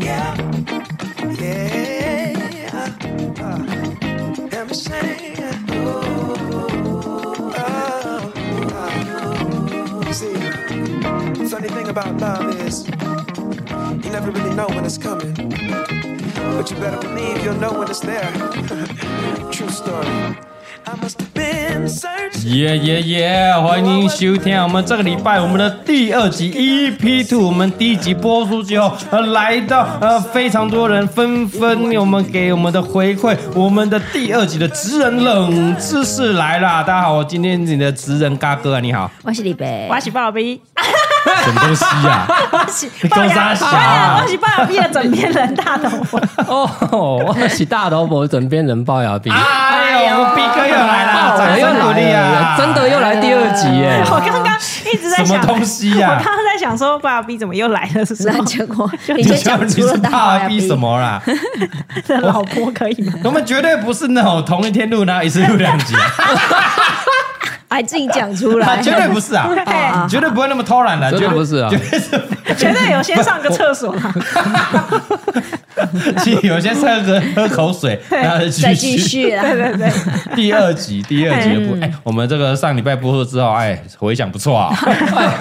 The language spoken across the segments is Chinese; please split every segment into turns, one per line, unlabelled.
Yeah, yeah, uh, let me sing. Oh, oh, oh. You See, funny thing about love is you never really know when it's coming, but you better believe you'll know when it's there. True story. I must have been searching.
耶耶耶！欢迎收听我们这个礼拜我们的第二集 EP Two。我们第一集播出之后，呃，来到呃非常多人纷纷我们给我们的回馈，我们的第二集的职人冷知识嗯来啦！大家好，我今天是你的职人嘎哥，你好，
我是李北，
我是 鲍比，
什么东西啊？
我是
你
鲍
讲啥
牙，
小
鲍
啊
牙，我是鲍牙毕的枕边人大头 文。
哦，我是大头佛枕边人龅牙逼，
哎呦，我们 B 哥又来啦，掌
我
声鼓励啊！
真的又来第二集耶！
我刚刚一直在想
什么东西啊呀
我刚刚在想说鲍牙毕怎么又来了？是什
那
么？
啊结果
你
你就
就
讲
你
出了
是
大
大
话
B 什？么啦？
的老婆可以吗？
我们绝对不是那种同一天录啊呢，一次录两集。
还自己讲出
啊，
来，
绝对不是啊，
对，
你绝对不会那么偷懒的，
真
绝
的
对
不是啊
绝对是
绝对有先上个厕所啦。
其实有些是 喝喝口水，然后
再继。续啊嗯啦。
对对，
第二 集，第二集的播，哎，我们这个上礼拜播出之后，哎，回响不错 啊，哎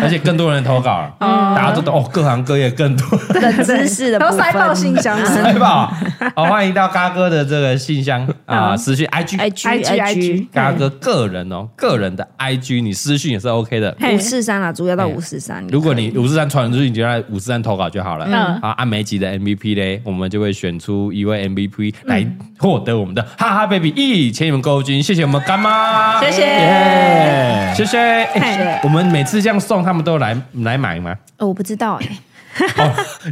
而且更多人投稿了，
嗯
大家都懂哦，各行各业更多。
冷知识的部
都
分，嗯
塞爆信箱了。
对吧？好，欢迎到嘎哥的这个信箱啊，私讯 IG，
IG
IG
IG
嘎哥个人哦，个人的 IG，你私讯也是 OK 的。
五四三啊啦，主要到
哎
五四三。
如果你五十三传出去，你就在五十三投稿就好了。
嗯
啊，按每集的 MVP 嘞，我们就会选出一位 MVP
嗯
来获得我们的哈哈 baby 一千元购物金， 谢谢我们干妈，
谢谢
耶谢谢。哎
嘿
我们每次这样送，他们都来来买吗？
哦，我不知道哎，
哦，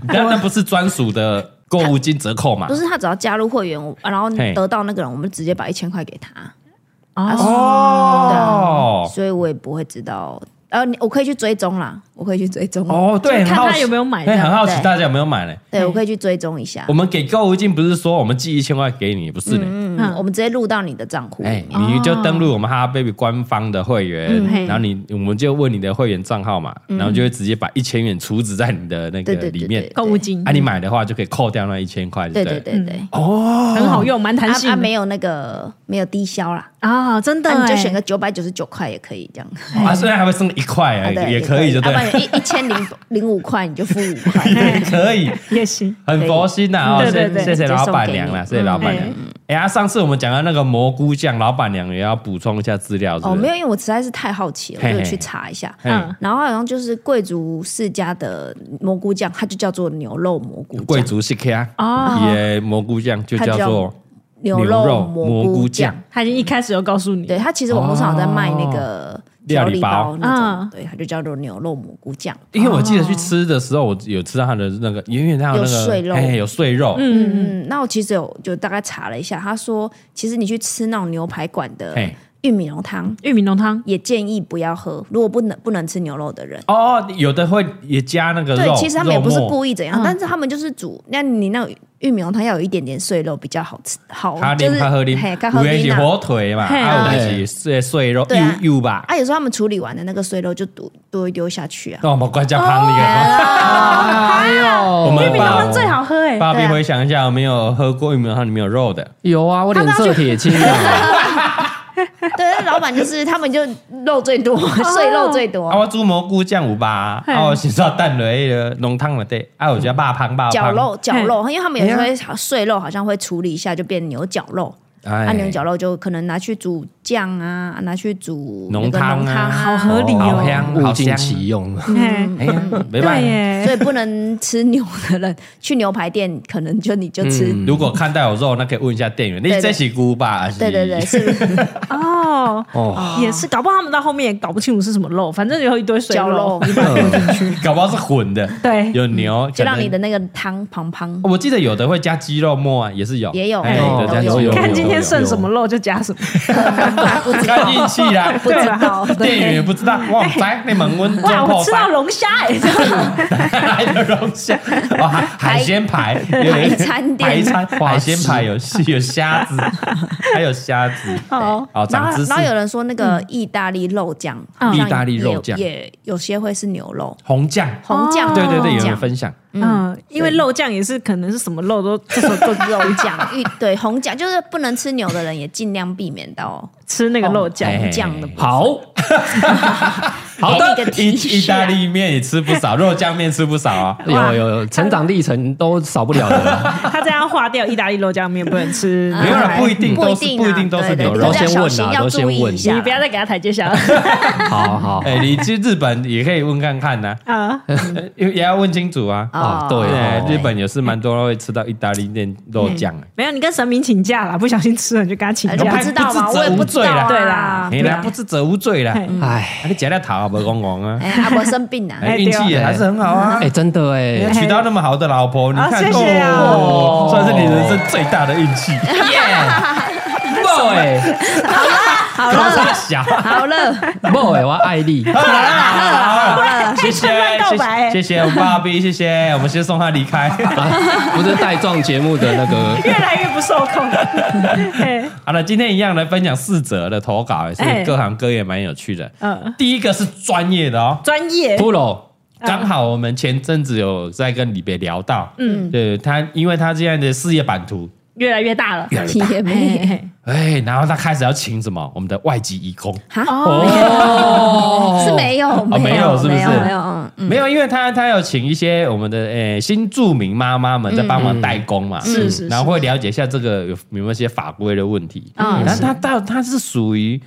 当然不是专属的购物金折扣嘛
不。是他只要加入会员，我然后
嘿
得到那个人，我们直接把一千块给他，
哦
所以我也不会知道。呃，你我可以去追踪啦，我可以去追踪。
哦，对，
看
很好
他
奇
有没有买
哎
这样
很好奇
对
大家有没有买嘞？
对，我可以去追踪一下
我。们给购物金不是说我们寄一千块给你，不是的。
嗯，我们直接录到你的账户
哎
里，面。
你就登录我们哈哈 baby 官方的会
嗯
员，
嘿
然后你我们就问你的会员账号嘛，然后就会直接把一千元储值在你的那个
对对对
里面
对。
购物金
啊，你买的话就可以扣掉那一千块，
对
不
对
对。
对对，
很好用，蛮弹
啊
性
啊，
的。
没有那个没有低消啦，
啊，真的哎，
那你就选个九百九十九块也可以 这样。
啊，虽然还会剩一块啊，
对，
也可以，就
要
对
不，然一一 千零零五块你就付五块。
也可以，
也行。
很佛心呐。哦
对对
谢
对
谢谢
就
老
送
板
给
娘
你
啦，谢谢老板娘
嗯。
哎呀，上次我们讲到那个蘑菇酱，老板娘也要补充一下资料，是
哦，
不是
没有，因为我实在是太好奇了，我
嘿
就
嘿
去查一下。
嘿
嗯
然后好像就是贵族世家的蘑菇酱，它就叫做牛肉蘑菇酱，
贵族是 K 啊，
哦
也蘑菇酱就
它
叫
叫
做
牛
牛肉
肉
蘑
蘑
菇
菇
酱
酱。
他已经一开始就告诉你，
对，它其实网络上有在卖那个
料
调
哦理
理
包
包那种，
嗯
对，它就叫做牛肉蘑菇酱。
因为我记得去吃的时候，我有吃到它的那个，因为它有那个
有碎肉
哎，有碎肉，
嗯嗯，那我其实有就大概查了一下，他说其实你去吃那种牛排馆的
嘿
玉米浓汤，
玉米浓汤
也建议不要喝，如果不能不能吃牛肉的人。
哦，有的会也加那个呃肉，
对，其实他们也不是
肉末
故意怎样，但是他们就是煮。那你那种玉米浓汤要有一点点碎肉比较好吃，好
卡
就
丁
是
卡喝丁，
嘿，卡喝
有的
丁
是
啊。
火腿嘛，
嘿啊
还有的是碎碎肉
对啊
又又吧，
啊，有时候他们处理完的那个碎肉就丢丢一丢下去啊。
哦那我们关家旁里啊。
哎
我
呦，
们
玉米浓汤最好喝哎，
爸比
哦对啊
回想一下，有没有喝过玉米汤里面有肉的？
有啊，我脸色铁青啊，
对，那老板就是他们就肉最多，碎肉最
啊，
多，
我煮蘑菇酱有吧？
嘿
啊，我先做蛋类的浓汤了对，啊，我觉得霸汤霸
绞
汤，
肉绞
嘿
肉，因为他们有时候会碎肉好像会处理一下就变牛绞肉，
哎
啊，牛绞肉就可能拿去煮酱啊，拿去煮那个
浓汤
浓
啊
好合理
好
哦。
香，
物
好
尽
香，
其用。
哎，
哎呀，
嗯
没办
对
法。
所
耶，
以不能吃牛的人去牛排店，可能就你就吃。
如果看到有肉，那可以问一下店员，你
对
这是菇吧？还是
对对对，是不是
哦，
哦，
也是，搞不好他们到后面也搞不清楚是什么肉，反正有一堆水
绞肉
肉。，
搞不好是混的，
对
有牛，
哎嗯就让
可能哦
你的那个汤胖胖。
我记得有的会加鸡肉末啊，也是有，
也有
哎
哦
对有
有
有。
看今天剩什么
了，
肉就加什么，
不知
看
道，
运气啦，
不知道， 哎
店员也
对，
不知道，哇塞，你们温
哇，
中
我
破
吃到
塞
龙虾哎，这样
来的龙虾， 哇，海海鲜排，有
排餐店
排餐海鲜排有有虾子，还有虾子，
哦，
哦，
然
长
后
知识
然后，有人说那个意大利肉酱，
嗯哦
好像
意大利肉酱
也也有些会是牛肉
红酱，
哦红酱，
对对对，有人
酱
分享，
嗯，因为肉酱也是可能是什么肉都这时候 都
肉酱，玉对红酱就是不能吃牛的人也尽量避免到哦
吃那个肉酱
哎，
红酱的部分。
好，好的，
给你一个
意
提示啊
哎意大利面也吃不 少，肉酱面吃不少啊，
有有有，成长历程都少不 了的。
他这样化掉意大利肉酱面不能吃，
没有啦，不一定
不
都
一
是
定
不
啊
一定都是
对对
牛
对
肉
都。先问
要
啊
小心要
都先
注意
问
一下，
你不要再给他台阶 下了
好好
哎，你去日本也可以问看看呐，
啊！
嗯
也也要问清楚啊。
啊，对
对
哦，，
日本也是蛮多会吃到意大利面肉酱啊。
没有，你跟神明请假了，不小心吃了你就跟他请
而且
假
我
不
哎不。知道嘛，
不知
我也不知
无
道啊
罪啦对啦
你来不知者无罪啦。
嘿
哎
啊你夹到头不公公啊，
哎，阿伯生病了，
哎运气也还是很好啊。
哎，真的
你
哎，
娶到那么好的老婆，你
啊
看
谢谢啊
哦，算是你人生最大的运气。
不哎
好
高
了
大小，
好了，
不哎，我爱丽。
好了，谢谢
乱告白，
谢谢谢谢我们爸比，谢谢，我们先送他离开。
啊，不是带状节目的那个
越来越不受 控。哎
好了，今天一样来分享四则的投稿，也是
哎
各行各业蛮有趣的。
嗯，
第一个是专业的哦，
专业
Polo，
嗯
刚好我们前阵子有在跟李北聊到，嗯，对他，因为他现在的事业版图，
越来越大了。
也没
哎
哎，然后他开始要请什么我们的外籍义工，
哦
是没有
没
没
有是不是
没有没有嗯嗯
没有，因为他他有请一些我们的诶新住民妈妈们在帮忙代工嘛，
嗯
嗯
是是是
然后会了解一下这个有有没有一些法规的问题，
嗯
然后他到他是属于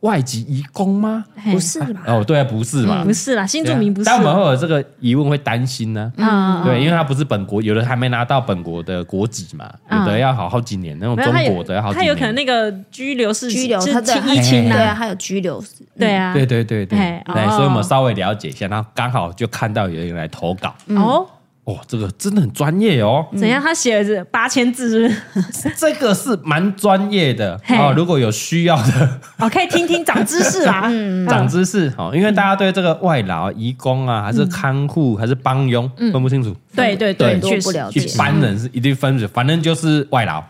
外籍义工吗？
不是吧？
哦，对啊，不是嘛，
嗯不是啦，新住民不是
对啊。但我们会有这个疑问，会担心呢、
嗯
对，因为他不是本国，有的还没拿到本国的国籍嘛，
嗯
有的要好好几年，那种
没有他
中国
有
的要好几
他
年。
有可能那个拘留是
拘留
就
他
是
的
清一清
对
的，
啊，还有拘留，
对啊，
对对对对，
哎
对，
哦
所以我们稍微了解一下，然后刚好就看到有人来投稿，
哦，
哦，这个真的很专业 哦，
怎样？他写的是八千字是不是？
这个是蛮专业的
嘿
哦。如果有需要的
哦，可以听听长知识啦。 嗯，
长知识哦，因为大家对这个外劳、移工啊，还是看护，还是帮佣分不清楚，
嗯对对
对
多
确
不
实。
了解
一。般人是一定分不清，反正就是外劳。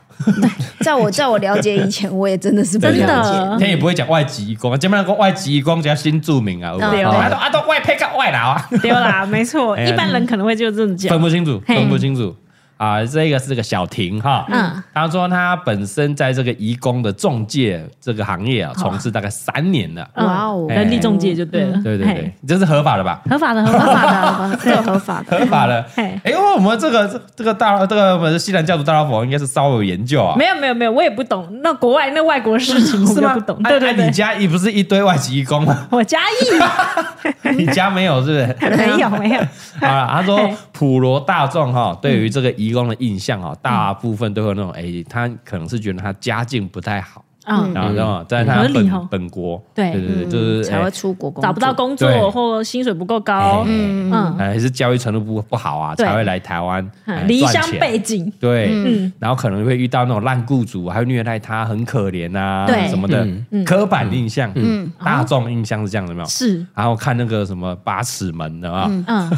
在我在我了解以前，我也真的是不
真的
了解。
他也不会讲外籍义工，基啊本上讲外籍义工只要新住民啊，
对
有没有啊都啊都外配到外劳啊，
丢 啦，没错，
哎呀
一般人可能会就这么讲
分。不清楚，
嘿
分不清楚啊。这个是个小婷哈，嗯
嗯，
她说她本身在这个义工的中介这个行业啊，
哦
从事大概三年了，
嗯
哇哦
人力中介就对了，
哎对对
嘿
对，，这是合法的 吧？
合法的合
合
法的，
法的，这有合法的。
合法的，哎
嘿，
因为我们这个这这个大这个我们的西南教主大老佛应该是稍微有研究啊，
没有没有没有，我也不懂那国外那外国事 情，我
是
也
吗？
不懂。
哎
对对
哎
对
你，家也不是一堆外籍义工吗？
我嘉义嗯
你家没有是不是？
没 有没有，
好了，他说
嘿嗯
普罗大众哈，对于这个移工的印象哈，大部分都会有那种，哎、他可能是觉得他家境不太好，
嗯，
然后知道吗？在他
合
本、
理哦
本国，
对嗯
对对对，就是
才
哎
会出国工作，
找不到工
对
作或薪水不够高，
嗯，
嗯，
哎还是教育程度不不好啊，
对嗯
才会来台湾哎
离
赚
乡
钱
背景，
对，
嗯
然后可能会遇到那种烂雇主，还会虐待他，很可怜啊，
对
什么的
嗯，
刻板印象，嗯，大众印象是这样的，有没有？
是，
然后看那个什么八尺门的啊，
嗯，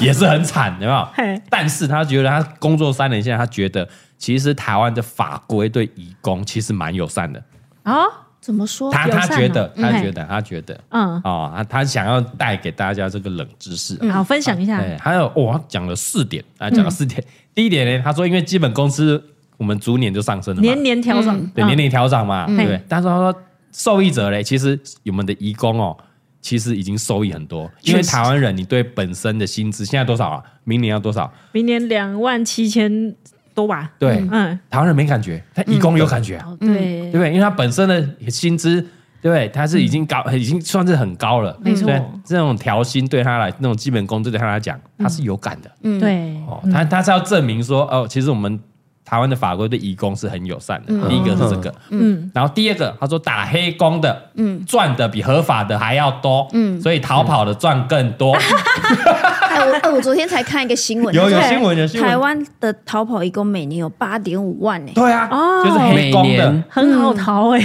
也是很惨，有没有
嘿？
但是他觉得他工作三年，现在他觉得其实台湾的法规对移工其实蛮友善的。
哦，
怎么说？
他
友善
他
哦
觉得，
嗯
他觉得，他觉得，
嗯，
哦，他他想要带给大家这个冷知识。
好，分享一下，
对，还有我讲了四点啊，讲了
嗯
四点。 第一点呢，他说因为基本工资我们逐年就上升了嘛
年，年调整，
对
嗯
年龄调涨嘛，对不对
嘿？
但是他说受益者嘞，其实我们的移工哦，其实已经受益很多，因为台湾人你对本身的薪资现在多少啊？明年要多少？
明年两万七千多吧？
对
嗯，
台湾人没感觉，但义工有感觉啊，
对
对不对？因为他本身的薪资，对不对？他是已经高，已经算是很高了，
没错
对这种调薪对他来，那种基本工资对他来讲，他是有感的。
嗯
对，
哦，他他是要证明说，哦，其实我们台湾的法规对移工是很友善的。第一个是这个，嗯，然后第二个，他说打黑工的，嗯，赚的比合法的还要多，嗯，所以逃跑的赚更多。
哎，我哎我昨天才看一个新闻，
有有
对
新闻有新闻
台湾的逃跑一共每年有八点五万呢、
对啊，就是黑工
每
的
年，
很好逃哎，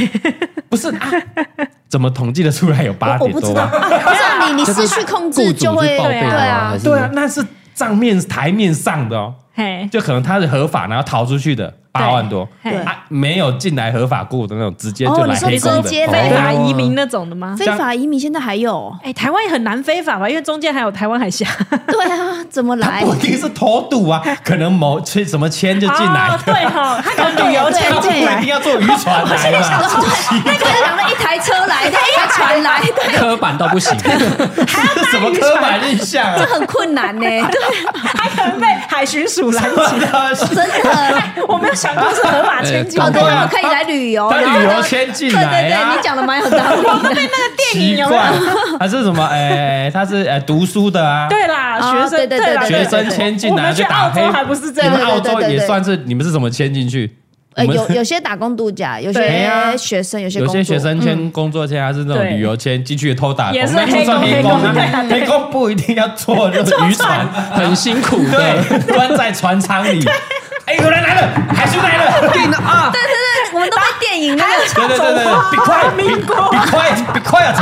不是啊？怎么统计的出来有八
我
点
不
多
知道，
万？
啊不是啊你你
就是
失去
雇
控制
主
就会
去报备
对啊
还，是
对啊，那是账面台面上的哦，
嘿，
就可能他是合法，然后逃出去的八万多，
对
啊，没有进来合法雇的那种，直接就
哦，你
来
说
黑工
直
的，
接
非
来
法
的
移民那种的吗？
非法移民现在还有，
哎，台湾也很难非法吧？因为中间还有台湾海峡，
对啊，怎么
他
来
不？一定是投赌 啊，可能某去什么签就 进来
哦，对 哈，他可能旅游签
他不
对
进
一
来
定，要坐渔船来 嘛。
那个人了一台车来，
啊
他一台船来，对，
刻板到 不行，
这什么刻板印象啊
这？ 很困难呢、
他可能被海巡署拦截。
真
啊
的。
我没有想过是合法签进
哦，
来
对，
对啊
他们可以来旅游，
他
然后
旅游
呢
先进
对
来
对
啊
对，你讲的蛮有道理的。
奇怪，他是什么？哎，他是哎读书的啊，
对啦，
哦
学
对
生
对
啦，
对对
学
对
生签进
我
来
们去
就打
澳
黑
洲还不是这
你
样
们？澳洲
对对对对
也
对
算是你们是怎么签进去？
呃，
我们
有有些打工度假，有
对
啊
些学生，有些
有
工作
些学生签工作签还是那种
对
旅游签进去偷打工，
也是
那就算
黑
工
工
啊
黑工对啊，对
黑工不一定要坐那个渔船，
很辛苦的。
对，关在船舱里。哎，有人来了，海巡来了，定啊！
我们都在电影那个
对对对对，比快，比比快，比快啊！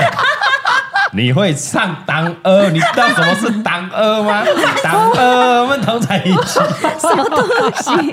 你会唱当二？你知道什么是当二吗？当二，我们同在一起，
什么东西，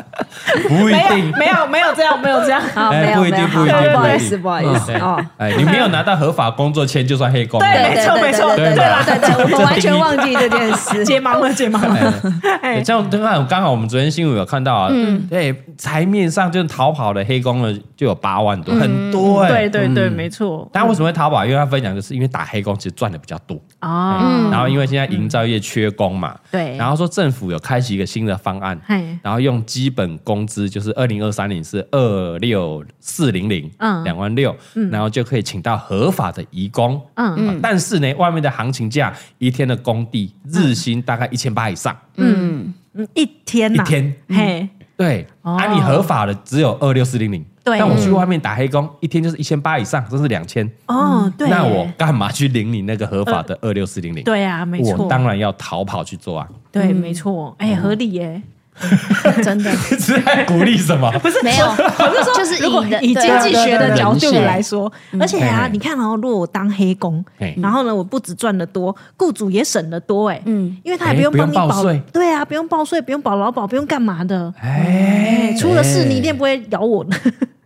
不一
没有
定。
没有没有这样，没有这样。
好，
哎
啊没有
不一定不
没有，
一定
好
不一定
不好意思，不好意思
对
哦。
哎，你没有拿到合法工作签，就算黑工。
对没错
对
没错
对对
对啦
对对，对我们完全忘记这件事。
解盲了，解盲了。哎
对，像刚好刚好我们昨天新闻有看到啊，
嗯
对，台面上就是逃跑的黑工呢，就有八万多，很多哎、
嗯对对对，没错。
但为什么会逃跑？因为他分享就是因为打黑工其实赚的比较多，
哦，
然后因为现在营造业缺工嘛，
嗯对
然后说政府有开启一个新的方案
嘿，
然后用基本工资就是二零二三年是二六四零零，嗯，
嗯
两万六，然后就可以请到合法的移工，
嗯
嗯，但是呢，外面的行情价一天的工地日薪大概一千八以上，
嗯一天呐，
一天
嘿，
对，
哦
啊，你合法的只有二六四零零，
对
但我去外面打黑工，一天就是一千八以上，甚至两千，
哦，对耶，
那我干嘛去领你那个合法的二六四零零？
对啊，没
我
错，
当然要逃跑去做啊！
对，没错，哎，合理耶。
真的
是在鼓励什么？
不是
没有，
我是说，
就是以
如果
人
以
对
经济学
对对
的
对
角度
人性
来说，而且啊，
嘿
你看哦，如果我当黑工
嘿，
然后呢，我不止赚的多，雇主也省的多，哎，嗯，因为他也不用
哎
帮你
不用报
保
税，
对啊，不用报税，不用保劳保，不用干嘛的，
哎
哎，出了事你一定不会咬我的，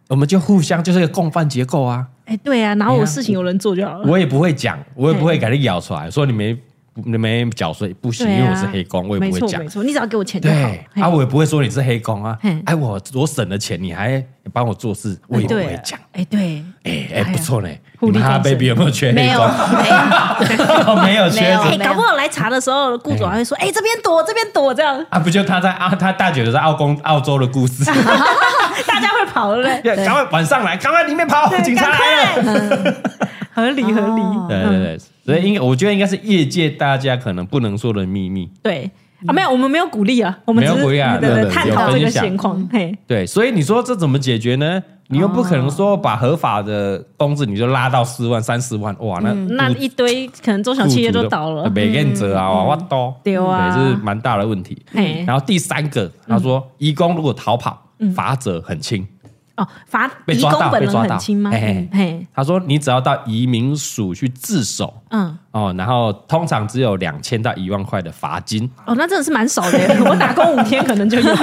我们就互相就是一个共犯结构啊！
哎，对啊，然后我事情有人做就好了，
我也不会讲，我也不会给你咬出来，说你没你没缴税不行，
对啊
因为我是黑工，我也
没
不
错
会讲
没。错，你只要给我钱就好
对，
嘿
啊，我也不会说你是黑工啊
嘿。
哎，我我省了钱，你还帮我做事，我也不会讲。，
哎对啊，
哎哎，不错呢。
互
你
利
们哈
共生
baby 有没有缺黑
没有
工？
没有，
没有
没
缺
哎
有
工
对，哎，搞不好来查的时候，雇主还 会说，哎，这边躲，这边躲，这样
啊，不就他在啊，他大姐的在澳工澳洲的故事，
大家会跑了，对
赶快晚上来，赶快里面跑，警察来了。
合理合理，
对对对，所以应该我觉得应该是业界大家可能不能说的秘密。
对啊，没有，我们没有鼓励啊，我们
没有
只是
鼓励啊
对
对
对
对
对探
有
讨
分
这个
享
现况。嘿，
对，所以你说这怎么解决呢？你又不可能说把合法的工资你就拉到四万、三四万，哇，那
嗯那一堆可能中小企业都倒了，嗯
每个人折啊，哇，我都
对啊
这是蛮大的问题
嘿。嗯
然后第三个，他说，义工如果逃跑，罚则很轻。
哦，罚
呃被
移
抓到
工本
被
人
抓到
很轻吗？
嘿嘿
嗯嘿，
他说，你只要到移民署去自首
嗯，
哦，然后通常只有两千到一万块的罚金。
哦，那真的是蛮少的耶， 我打工五天可能 就有，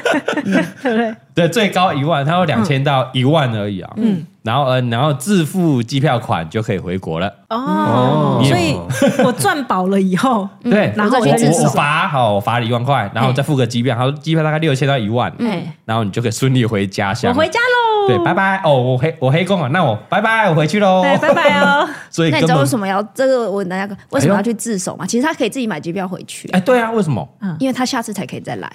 对不对？
对，最高一万，他
嗯
有两千到一万而已啊。嗯，然后呃，然后自付机票款就可以回国了。
哦，所以我赚饱了以后，
对，
嗯然后
我
我再去
我
自
我
首
罚好，我罚你一万块，然后再付个机票，他说机票大概六千到一万，
嗯
然后你就可以顺利回家乡。
我回家喽，
对，拜拜哦，我黑我黑工了，那我拜拜，我回去喽。
对，拜 拜哦。
所以
那
根
你知道为
本哎
什么要这个？我大家为什么要去自首嘛？其实他可以自己买机票回去，
哎，对啊，为什么？
因为他下次才可以再来。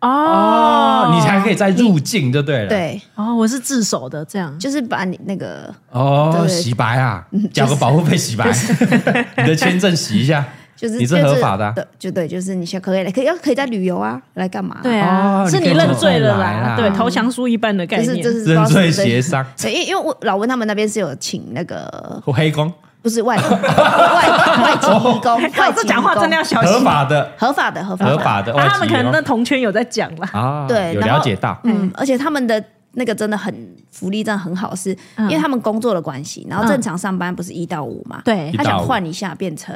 哦
哦，你才可以再入境就对了。啊
对，
哦，我是自首的这样。
就是把你那个
哦，
对
洗白啊，
嗯
缴个保护费洗白， 你的签证洗一 下，
就是
你是合法的啊
就是对，就对，就是你先可以来，可以要可以在旅游啊，来干嘛？
对啊，
哦
是
你可以
认罪了
自首来啦
啦，对，投降书一半的概
就是
念。
这是
认罪协
谁？
商，
对，因为因为我老温他们那边是有请那个
黑工
不是外外外 籍义 工，
哎
外
我这
籍
讲话
义工
真的要小
合
心。
法的
合法的合法
合
的
法的，
啊，他们
外籍
可能
哦
那同圈有在讲啦。
啊，
对
有
然后
了解到，
嗯，而且他们的那个真的很福利，真的很好，是
嗯
因为他们工作的关系，然后正常上班不是一到五嘛，
对
他
一到
想
五
换一下变成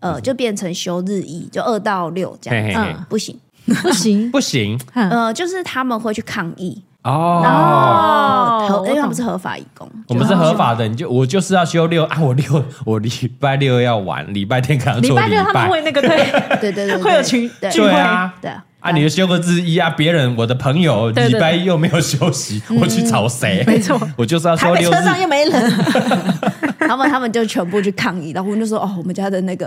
呃，就变成休日一，就二到六这
嘿
样
嗯嘿
子，
嘿，
嗯
不行，
不行，
不行
呃，就是他们会去抗议，
哦。
哦
合
我
因为他
懂
们是合法义工，
我们是合法的，你就我就是要休六啊，我六我礼拜六要玩，礼拜天刚刚
礼
做
拜六他们会那个对，
对对对，对
会有群
对
聚会
对啊，
对啊，
啊，你就休个日一啊，别人我的朋友
对对
礼
对
拜一又没有休息，我去找谁？
没错，
我就是要
台
休
北
六日
车上又没人，
他们他们就全部去抗议，然后我们就说哦，我们家的那个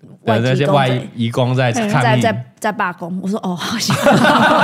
的
外
那
籍
些
义工
外
在
移工在
嗯
抗
在
议，
在在罢工，我说哦，好行，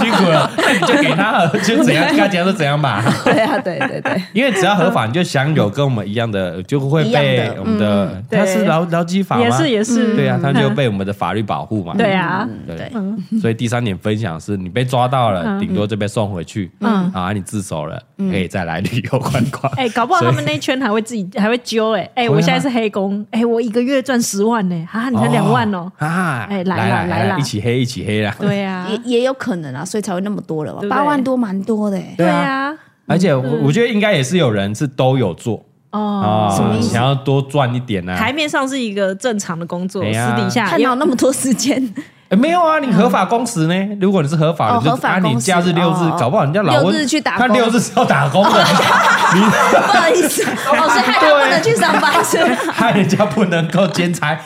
辛苦了，那你就给他 了，就怎样，跟他讲就怎样吧。
对啊，对对对，
因为只要合法，你就享有跟我们一样
嗯
的，就会
一
被
样的
我们的，
对
他是劳劳基 法吗？
也是也是，
对啊，他就被我们的法律保护嘛。
对嗯啊，
对
对，
所以第三点分享是你被抓到了，顶多就被送回去，嗯，啊，你自首了，可以再来旅游观光。
嗯哎，搞不好他
所
们那一圈还会自己还会揪哎哎，
会
我
啊
现在是黑工，哎，我一个月赚十万呢，啊，你才两万哦，
啊，
哎来啦
啦
来
啦，
啦
一起黑一起黑啦。
对啊，
也也有可能啊，所以才会那么多人嘛
对，不对
八万多蛮多的欸，
对啊，
而且我我觉得应该也是有人是都有做
哦，
啊
什么，意思
想要多赚一点啊呢。
台面上是一个正常的工作，
哎呀
私底下
看
也
到那么多时 间，
哎没有啊，你合法工时呢？如果你是合法的，
哦
你就
合法
啊你
工时
假日六日
哦，
搞不好人家老
六
温
日去打
他
工
六日是要打工 的，
不好意思，哦，所以害他不能去上班，是吗
害人家不能够兼差。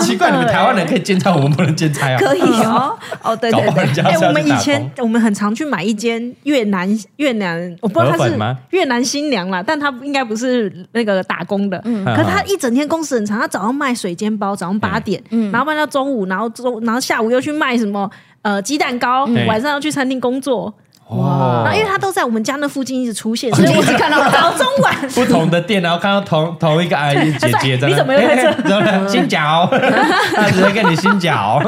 奇怪，你们台湾人可以兼差，我们不能兼差啊？
可以哦，哦，对
搞
对
不好
对
人，家
哎、
是
我
要
们
去
以
打
前
工。
我们很常去买一间越南越南，我不知道
河
她
粉
是
吗
越南新娘啦，但她应该不是那个打工的。
嗯
可是她一整天工时很长，她早上卖水煎包，早上八点，
嗯
然后卖到中午，然后中然后下午又去卖什么呃鸡蛋糕，
嗯哦
晚上要去餐厅工作。
哇
然后因为她都在我们家那附近一直出
哦
现，
所
所以
以我
我
一直看到他
早中晚。
不同的店，然后看到同同一个阿姨姐姐 在那，
你怎么又在这
哎怎么了新脚，他只在跟你新脚，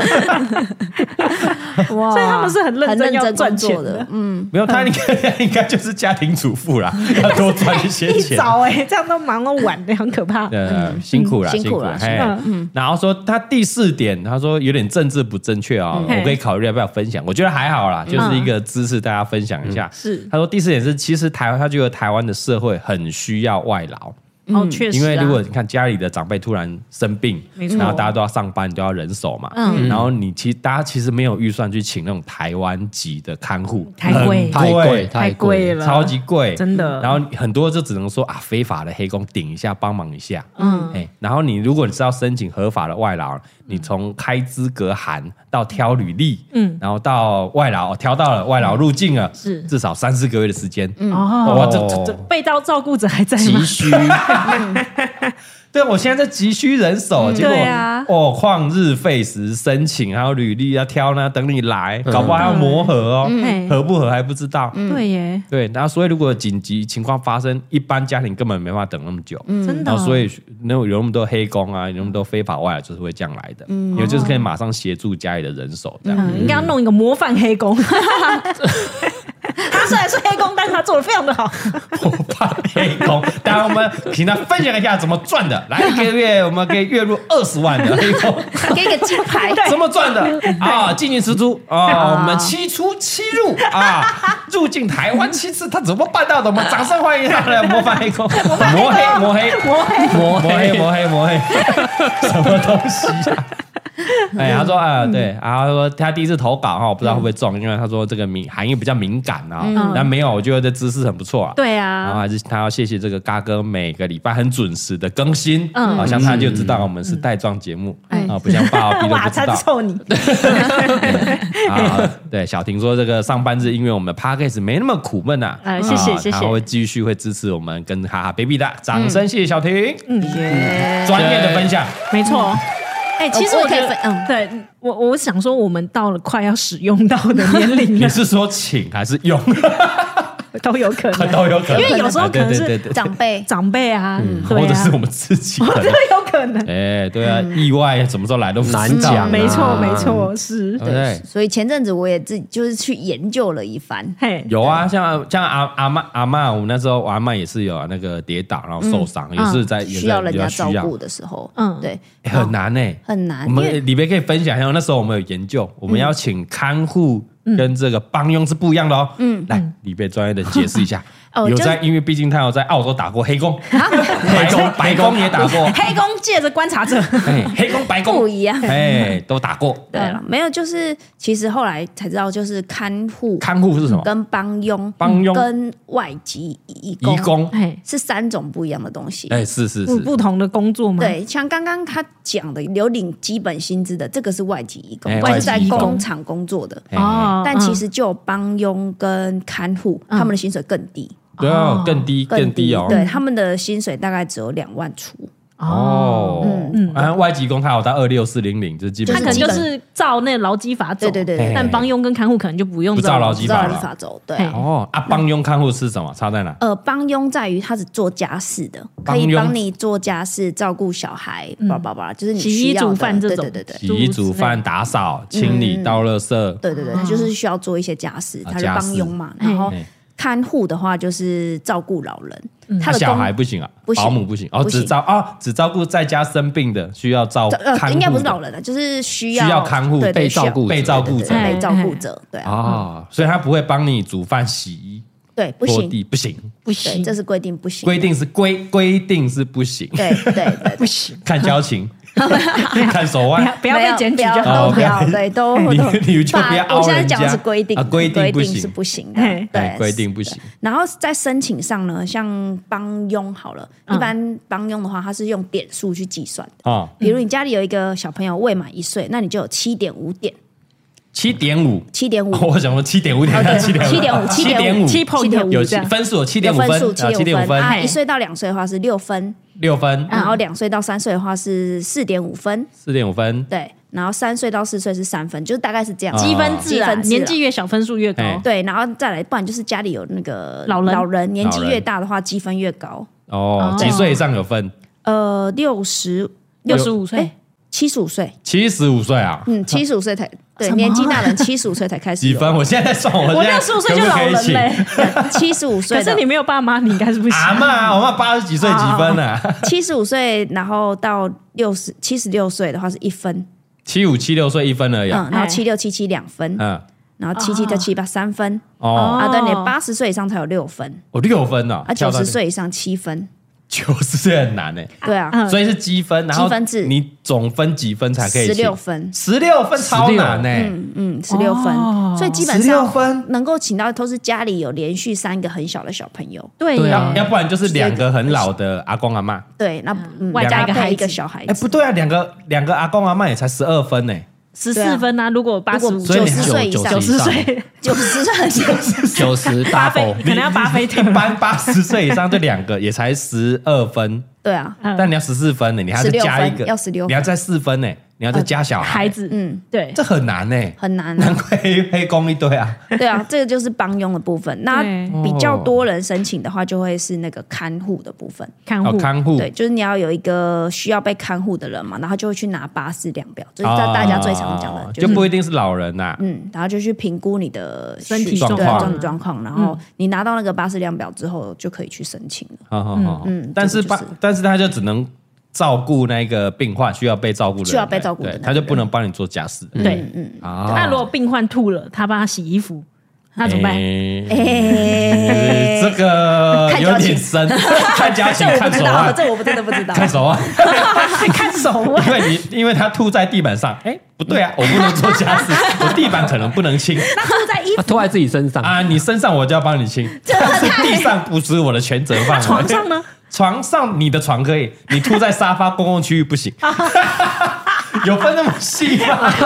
哇，
所以他们是很认真
很认
要
真
赚
工
钱
作
的
的，嗯，
没有，他应该应该就是家庭主妇啦，要多赚一些
一
钱。
早哎、这样都忙到晚的，很 可怕。
呃，辛苦了，
嗯辛苦
苦了
啦。
嘿
嗯
然后说他第四点，他说有点政治不正确啊，
嗯
我可以考虑要不要分享。我觉得还好啦，就是一个知识，大家分享一下。
是
他说第四点是，其实台湾他觉得台湾的社会很需要外劳，
哦，确实、
嗯
啊，
因为如果你看家里的长辈突然生病，
没错
然后大家都要上班，你都要人手嘛，
嗯
然后你其实大家其实没有预算去请那种台湾籍的看护，
太贵
很
太贵，
贵，
太
太
贵
贵
了
超级贵，
真的
然后很多就只能说啊，非法的黑工顶一下，帮忙一下，嗯，哎，然后你如果你是要申请合法的外劳，你从开资格函到挑履历，嗯，然后到外劳挑到了外劳入境了，
是
至少三四个月的时间，嗯，
哦，
哇，这这这
被盗照顾者还在吗
急？需。对，我现在在急需人手，结果
对啊
哦，旷日费时申请，还有履历要挑呢，等你来，搞不好还要磨合哦，
嗯
合不合还不知道。
对耶，
对，然后所以如果紧急情况发生，一般家庭根本没办法等那么久。
真的
然
哦。
后，所以那有那么多黑工啊，有那么多非法外，就是会这样来的，因为就是可以马上协助家里的人手这样。
哦嗯，应该要弄一个模范黑工。他虽然是黑工，但是他做的非常的好。
我怕黑工。当然，我们请他分享一下怎么赚的。 来，一个月我们可以月入二十万的黑工，
给你个金牌，
怎么赚的啊？进进出出 啊，我们七出七入啊，入境台湾七次，他怎么办到的？ 我们掌声欢迎他的模范黑工，魔黑魔黑
魔黑
魔黑魔黑魔黑， 什么东西呀？哎，他说啊，对，然后他说他第一次投稿哈，我不知道会不会中，因为他说这个敏含义比较敏感啊，但没有，我觉得这知识很不错啊。
对
然后
啊，
还是他要谢谢这个嘎哥每个礼拜很准时的更新，
嗯
好像他就知道我们是带状节目
嗯
啊，不像爸爸比 都
哇，
不知
他
道
臭你，
啊。对，小婷说这个上班日因为我们的 podcast 没那么苦闷呐，
呃谢谢
啊
谢
他
谢
会继续会支持我们
嗯
跟哈哈 baby 的，掌声谢谢小婷
耶
专业的分享。
没错，
哎、
其实
我
我
可
觉得
以分，嗯，
对我，我想说，我们到了快要使用到的年 龄
你
了，
是说请还是用
都有可能，
都有可能？
因为有时候可能是
啊对对对对嗯
长辈
长辈啊，对啊
或者是我们自己可
都
能。
有可能，
哎，对啊，意外什么时候来都不知道
难讲啊
没
嗯
错，没错，是
对，不对？
所以前阵子我也自己就是去研究了一番，
嘿，
有啊，像像阿阿妈阿妈，我们那时候我阿妈也是有啊那个跌倒然后受伤，也是在也是
嗯啊需要人家
比较
照
需要
顾的时候，
嗯
嗯，对，哦
哎很难呢，
很难
我们里面可以分享一下，那时候我们有研究，我们要请看护跟这个帮佣是不一样的哦。嗯，来，里面专业的解释一下。
哦
有
就是
在，因为毕竟他有在澳洲打过黑工，白宫白宫也打过，
黑工借着观察者，
哎，黑工白
不
宫
一样。
哎都打过。
对啊了，没有，就是其实后来才知道，就是看护、
看护是什么？
跟帮佣、
帮佣
跟外籍义工
移工，
嘿，
是三种不一样的东西。
哎，是是
不
是，
不同的工作嘛，，
对，像刚刚他讲的，有领基本薪资的，这个是外籍义工
哎，
他
外
是
籍
在
义工
工厂工作的。
哎
哦，嗯
但其实就有帮佣跟看护，他们的薪水更低，
对啊
哦，
更低更低哦。
对，他们的薪水大概只有两万出，
嗯
哦，嗯
嗯
嗯，外籍工他有到二六四零零，这基
他
本
可
上
能就是照那劳基法走，
对对
哎
对对，
但帮佣跟看护可能就不用
不照劳
不
基
知道
法
立
了。
法走对。
嘿
哦，啊，帮佣看护是什么？差在哪？
呃，帮佣在于他是做家事的，
帮
可
佣
以帮你做家事、照顾小孩，叭叭叭，就是你
嗯洗衣
需要的
煮饭这种
对对对
洗衣、煮饭、打扫、清理、倒垃圾。
嗯对
哦
对对对，他就是需要做一些家事，
啊
他是帮佣嘛。然后
哎
看护的话就是照顾老人，他
嗯
他
的
小孩
工
不行啊，
不行
保姆不行哦，
不行
只照啊，只照顾在家生病的，需要照看
呃应该不是老
人
人了，就是需
需要看护
对对
被照顾
需
被照顾
要对
者
对对
哎
被照顾者，对啊，
哦，所以他不会帮你煮饭、洗衣、
对不
拖
行，
地，不行，
不
对，
行，
这是规定不行，
规定是规规定是不行，
对对对
不
对，
行，
看交 情，看手
不
腕
要。不要被检举
不
就
要
好
哦
都
了
不。要，对都
你
都
你就不要
把我现
凹
在
人家
讲的是规定
啊，规定
规
不
定
行
是不行
嘿
的，
哎
对，
规定不行，
然后在申请上呢，像帮佣好了，
嗯
一般帮佣的话，它是用点数去计算的。
哦，
比如你家里有一个小朋友未满一岁，那你就有七点五点，
七点五，
七点五， 哦
我想说七点五点
对，
七点
7.5
七五，
7.5
七碰
7.5
有
这
七
样
分数有七点
有
五
分数
分，
七
七
点
点
五
五分，
啊，
嘿嗯
一岁到两岁的话是六分，
六分，
然后两岁到三岁的话是四点五分，
四点五分，
对，然后三岁到四岁是三分，就是大概是这样。
积分
积
制啊，
分制啊
年纪越小分数越高。
哎
对，然后再来，不然就是家里有那个
老人
老人年纪
老人
越大的话，积分越高。
哦，几岁以上有分？
呃，六十
六十五岁
哎，七十五岁，
七十五岁啊，
嗯，七十五岁才对，
什么
年纪大人七十五岁才开始
几
有。哎
分？我现在算，我
我
现在
六十五岁
可
就
不
老
可以
人
请
嘞。
七十五岁
可是
的
你没有爸妈，你应该是不行。
阿啊妈，我妈八十几岁几分啊？
七十五岁，然后到六十七十六岁的话是一分，
七五七六岁一分而已啊。
嗯，
哎
然后七六七七两分，
嗯，
然后七七到七八三分
哦，
啊，对，你八十岁以上才有六分，
我六分呢，
啊，九十岁以上七分，
九十岁很难哎，
对啊，
嗯
所以是积分，然后
积分制
你总分几分才可以？
十六，分，
十六分超难哎，
嗯，十六分，
哦
所以基本
16
上
分
能够请到都是家里有连续三个很小的小朋友，
对
对
耶
啊，要不然就是两个很老的阿公阿妈。
对，那嗯
外加一个
搭配
孩
一个
子
小孩
哎，不
子，
对啊，两个两个阿公阿妈也才十二分欸呢，
十四分啊，如果八十
如
五
果
所以
九
你
十岁以上，
九
九十
以上
岁，
九十岁以上，
九十
巴菲
double，
可能要巴菲特
一。般八十岁以上就两个，也才十二分，
对啊，
嗯
但你要十四分呢，你还要再加一个，
16分要16分
你要再四分呢，你要再加小
孩
孩，
子，
嗯，
对，
这很难呢，
很难啊
难。怪黑黑工一堆啊。
对啊，这个就是帮佣的部分。那
对
比较多人申请的话，就会是那个看护的部分。
看
哦，
护，
看护
对，就是你要有一个需要被看护的人嘛，然后就会去拿巴士量表，就是大大家最常讲的，
哦
就
啊就是不一定是老人啊呐，
嗯，然后就去评估你的
身体嗯
需
状
对
况
身体状况，然后你拿到那个巴士量表之后，就可以去申请了，
好好好，
嗯
但是
这个
帮
就是，
但是他就只能照顾那个病患，需要被照顾的人，
需要被照顾的
对
那个
他就不
人
能帮你做家事
对。
啊
那如果病患吐了，他帮他洗衣服，那怎么 办？
哎
哎这个
看
有
交情
点深，看家 情，看手
啊，
腕，
这我不真的不知道。
看手腕，
看手腕
因为你因为他吐在地板上，哎，不对 啊，我不能做家事，我地板可能不能清
吐在衣
他拖在自己身上，
啊，你身上我就要帮你清，但是地上不是我的全责范围。
床上呢？
床上你的床可以，你吐在沙发公共区域不 行。有分那么细吗？
食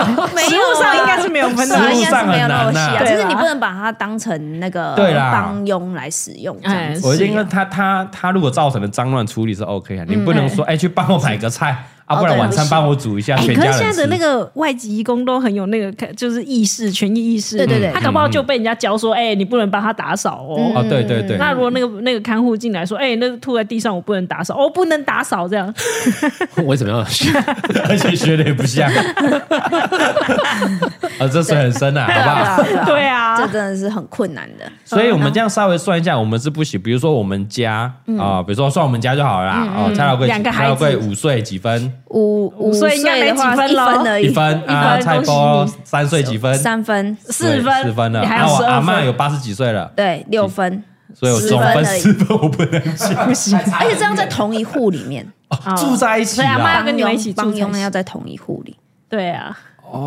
物上应该是没有分
是
的
食
啊，
物
应该
上
是没有
很
那么
难
细
啊
啊，
对
就
啦
是你不能把它当成那个
对啦
帮佣来使用这样
哎嗯
子。
我觉得他他他如果造成的脏乱处理是 OK 啊，你不能说哎、去帮我买个菜啊，
哦
不然晚餐帮我煮一下，
哎
全
可
家
是
人吃。
现在的那个外籍义工都很有那个，就是意识、权益意识。
对对对嗯
他搞不好就被人家教说，哎，你不能帮他打扫
哦，
哦。
对对对，
那如果那个那个看护进来说，哎，那个吐在地上，我不能打扫，哦，不能打扫这 样。
为什么要学？
而且学的也不像， 啊，这水很深啊，好不好？
对啊
这真的是很困难的。
所以我们这样稍微算一下，我们是不行。比如说我们家啊、比如说算我们家就好了啦。哦，蔡老贵，
两个孩
蔡
子
老贵五岁几分？
五
五
五
岁应该没
的话
几分
呃一
咯
分而已，
一分啊，
分
蔡
恭喜
波
你
三岁几分？
三分，啊
四分，
四分了。
你还
那
有
我
十
阿
二
嬷有
分，
八十几岁了，
对，六分，
所以我
十
总
分
分
而已
四分，我不能行。
而且这样在同一户里 面，
哦
住在一起
所以阿嬷
啦
要。跟你们一起住
帮
才
佣
行
要在同一户里，
对啊，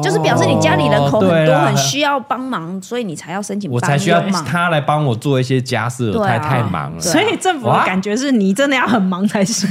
就是表示你家里人口
哦对
很多，
啦
很需要帮忙，所以你才要申请
我
帮
才需要
佣嘛。
他来帮我做一些家事，我
对
太
啊
太忙了。
对啊
所以政府的
哇
感觉是你真的要很忙才 行。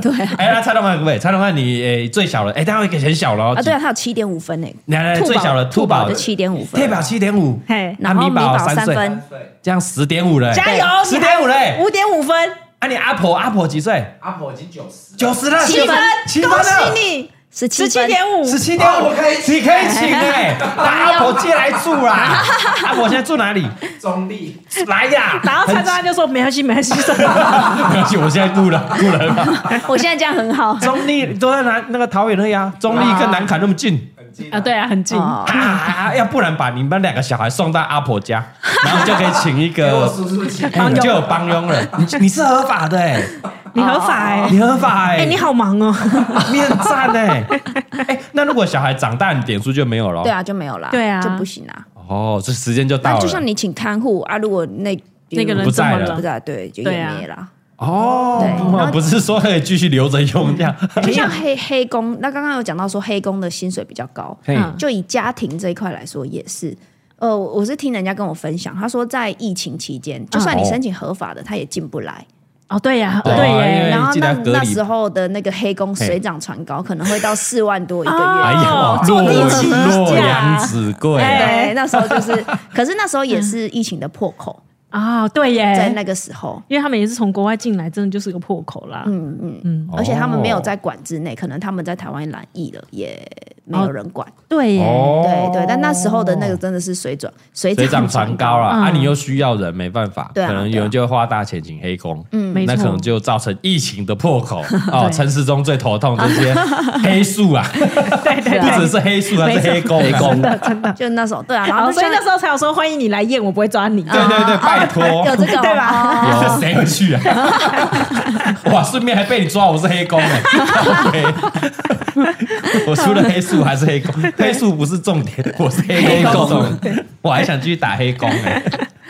对啊，
哎，那蔡老板，喂，蔡老板，你诶最小了，哎，当然很小了哦
啊对啊，他有七点五分诶，
来来，
兔宝
最小了，
兔
宝
宝就7.5分
兔宝七点五，
嘿
阿
然后
米
米宝
三岁
分，
这样十点五了，
加
哎
油，
十点五嘞！
五点五分，
啊，你阿婆阿婆几岁？
阿婆已经九十，
九十了，
七分啊
七分
恭
了
喜，你
十
十
七
七
分，
点五，
十七点五，
哦我可以请
你可以请哎， 把阿婆接来住啦。 阿婆现在住哪里？
中立
来呀！
然后蔡
很
庄就说没关系，没关 系，真的
没关系，我现在录了，录了很好。
我现在这样很好
中立都在南那个桃园而已啊，中立跟南坎那么近
很近
啊，对啊，很近。
哦。
啊，要不然把你们两个小孩送到阿婆家，然后就可以请 一
给我
个。
叔叔请。
哎你就有帮佣了， 你你是合法的哎，
你合法
哦
哎，
你合法哎，
哎，你好忙哦。
你很赞哎、哎，那如果小孩长大，你点数就没有了。
对啊，就没有啦，
对啊
就不行啊。
哦，这时间就到
那
了。
就像你请看护啊，如果那
那个人
不在
怎么
了
不
了？
在，对，就
对
也
啊
没啦。
哦
对然后嗯
不是说可以继续留着用这样。
啊
就像黑黑工，那刚刚有讲到说黑工的薪水比较高，
嘿
嗯
就以家庭这一块来说也是。呃，我是听人家跟我分享，他说在疫情期间，就算你申请合法的，他也进不来。
哦，对呀，
对
对
因为
耶。
然后
进来
那
隔离
那时候的那个黑工水涨船高，可能会 到四万多一个 月。
哎
哦
呀，
坐
洛
地起价
洛阳纸贵，
哎
对，那时候 就是，可是那时候也是疫情的破口，
啊，对
在
耶。
那个时候，
因为他们也是从国外进来，真的就是个破口啦。嗯，
哦
而且他们没有在管之内，可能他们在台湾染疫了，也没有人管。
对耶。
哦
对对，但那时候的那个真的是水涨水
水涨
船
船高了
嗯
啊！你又需要人，没办法，
对啊
可能有人就会花大钱请黑工，嗯
没
那可
错
能就造成疫情的破口哦。
对
陈市中最头痛这些黑素啊，
对对
不只
对。
是黑素，还是黑工，啊黑工，
就那时候对啊，然
好，
后
哦所以
像
那时候才有说欢迎你来验，我不会抓你。
对对对，拜托，
有这个哦
对吧？
哦
有谁会去啊？哇，顺便还被你抓，我是黑工哎、靠北我除了黑素还是黑工，黑素不是重点，我是黑工是重点，我还想继续打黑工哎、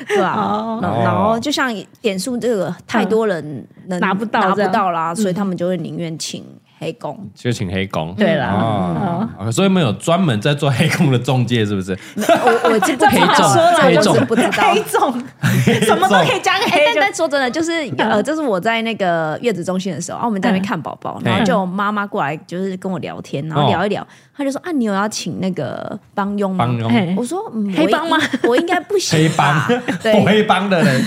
对
哦
啊，然后然后就像点数这个太多人能
拿不到
拿
这
不
样
到啦，所以他们就会宁愿请黑工。
就请黑工。
对啦，
啊、
嗯
所以没有专门在做黑工的中介，是不 是？
嗯
我我这不
黑
知道
中
这我就是
黑中
不知道。
黑粽什么都可以加个
哎
黑，
但但说真的，就是
嗯
呃，这是我在那个月子中心的时候，啊，我们在那边看宝宝，
嗯
然后就有妈妈过来，就是跟我聊天，然
哦
后聊一聊，她就说啊，你有要请那个帮佣吗
帮？ 佣、
嘿
我说嗯，
黑帮吗
我应？我应该不行
黑
吧。
帮、
对
不黑帮的人，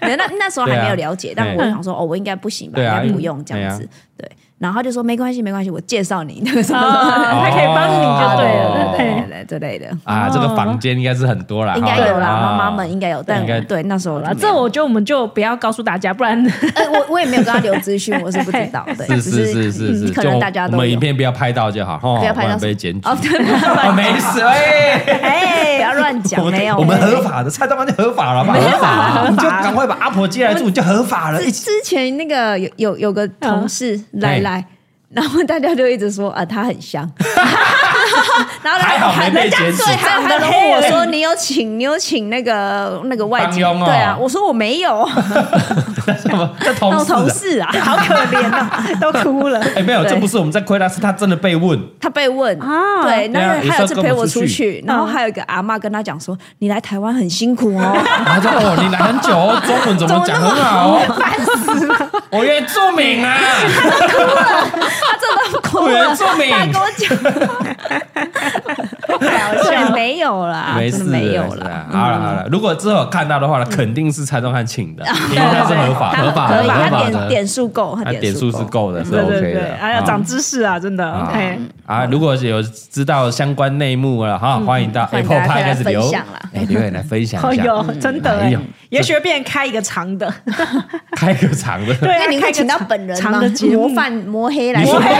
那那那时候还 没有了解，
对啊
但我想说，哦，我应该不行吧，
对
应
啊
该不用这样子
嗯。
对，然后他就说没关系，没关系，我介绍你那个什么
哦
什么，
他可以帮你就 对
哦
了。
对
对
对对之类的，
啊，这个房间应该是很多啦，
哦
哦
应该有啦，
哈
妈妈们应该有，但
应该
对那时候
好
就
啦，
没有
这我觉得我们就不要告诉大家，不然
哎，我我也没有跟他留资讯，我是不知道的，
是
只
是是是是，
嗯可
就
能大家
我
都
们
有
影片不要拍到就好，哈，
不要拍
然
到
被检举。
哦，对，不要
哦，
乱
没事，哎、
哎，不要乱讲，没有，
我们
没有
合法的，蔡大妈就合法了吧？合法，你就赶快把阿婆接来住，你就合法了。一
之
起
之前那个有有有个同事来
嘿
来，然后大家就一直说啊，他 很香。然后
还好没被
人家
检举
最好他都问我说：“你有请，你有请那个那个外
帮
籍？”
佣哦
对啊，我说我没有，
什么？这同
那我
事、啊
同事啊，好可怜啊，
都哭了。
哎、没有，
对
这不是我们在亏他，是他真的被问。
他被问
啊
哦对，那
对啊
还有
有时
次
候
陪
跟我
我
出
出去，然后
嗯
还有一个阿嬷跟他讲说：“你来台湾很辛苦哦。”
然后就哦，你来很久哦，中文怎么讲很好哦？烦死了！ 我原住民啊，
他真的哭
我
了，
原住民
啊他还跟我讲，太好笑没有啦，
没
真
事啊
的没有啊
啦。
啦。
好了好了，如果之后有看到的话呢，肯定是蔡宗汉请的，因为他是合法
他
合法
可以，
合
他
法
点
的，
点数够，他
他点数是。够的，是
对
OK
对对，
的。
哎呀，
啊
长知识啊，真的
啊，
哎，
啊，如果有知道相关内幕了哈，欢迎到
欢迎
Apple
大家可以
Podcast
来
留
分享啦
哎留言来分享
哎
一下，
呦，真的
哎
哎
呦，
也许会变成开一个长 的，
开个场的。
对啊，
那你
开
会
一个
请到本人吗
长的节？目
模范磨黑来，
你说
黑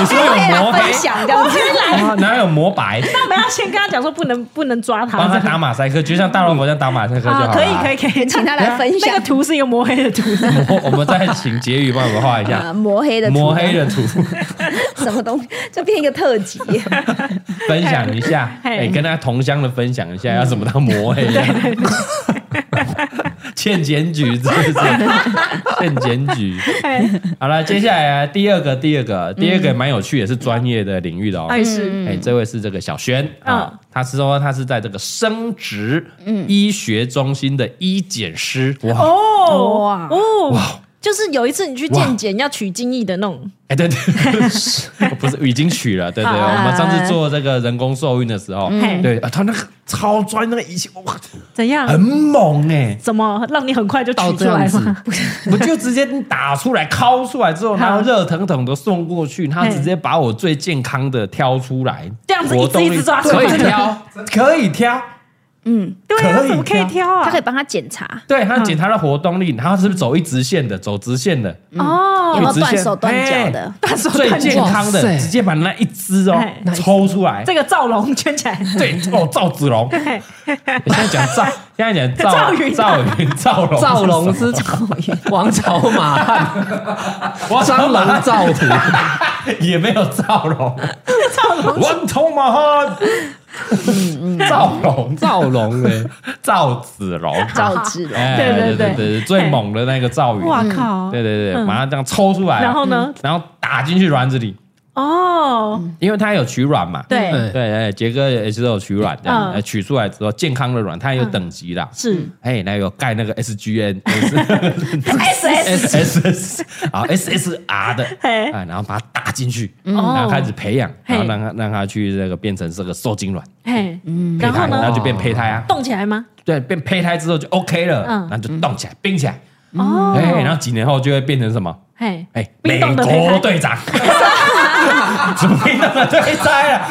你说有
来
磨黑
分享这样子。
啊哪有磨白？
我们要先跟他讲说不能不能抓
帮他
他，
打马赛克，就像大萝卜这样打马赛克就好
啊，
了。
可以可以可以，
请他来分享
那个图是一个摸黑的图，
我我们再请杰宇帮我们画一
呃，
下
磨黑的图
磨黑的图，
什么东西，就变一个特辑。
分享一下，
嘿
哎，跟他同乡的分享一下，要怎么当磨黑啊？ 欠检举是不是？欠检举。好了，接下来啊第二个，第二个，第二个蛮有趣，也是专业的领域的哦。
哎是
哎，这位是这个小轩啊，他是说他是在这个生殖医学中心的医检师，哇，
哦
哇
哦，就是有一次你去健检要取精液的那种，
哎，对对， 是不是已经取了？对对，哦
啊嗯
我们上次做这个人工受孕的时候，
嘿
对啊，他那个超专那个仪器，哇，
怎样？
很猛哎，
怎么让你很快就
到
取出
这
来
样子，
吗？
我就直接打出来、敲出来之后，然后热腾腾的送过去，他直接把我最健康的挑出来，
嗯这样子
活
一只
动
一
力
只抓出
可
来，
以啊挑，
可以挑，
对啊，
可以
怎么可以挑啊？
他可以帮他检查
对
嗯
他检查了活动力，然后是不是走一直线的，走直线的，
哦，
有没有
直线
断手断脚的，
最健康
哇
的，
塞
直接把那一只哦
哎
抽出来。
这个赵龙圈起来，
对哦，赵子 龙，现在讲赵，现在讲赵
赵云啊
赵云、赵龙、
赵龙之赵云，王朝马 汉，
我
张龙赵虎，
也没有赵龙，赵龙，王头马汉，
嗯
赵龙、
赵龙哎，
赵子龙，
赵志龙。
哎，
对对
对
对
对对，最猛的那个赵云，
哇靠！
对对对，马上这样抽出来，
然后呢？
然后打进去卵子里，
哦，
因为它有取卵嘛，
对，
嗯
对，哎，杰哥也是有取卵这样，
嗯
呃取出来之后健康的卵，它也有等级啦，
是
哎，那有盖那个 SGN
S S
S S S 啊 S S R 的，
嘿
啊，然后把它打进去，
哦
然后开始培养，
嘿
然后让它让它去这个变成这个受精卵，
嘿，
胚
然后
胎，然
呢
后？就变胚胎啊，
动起来吗？
对，变胚胎之后就 OK 了，
嗯
然后就动起来，冰起来，
哦，
哎，然后几年后就会变成什么？
嘿，
哎，
冰
美
冻的胚
国
胎
队长， 怎么冰冻的队胎啊？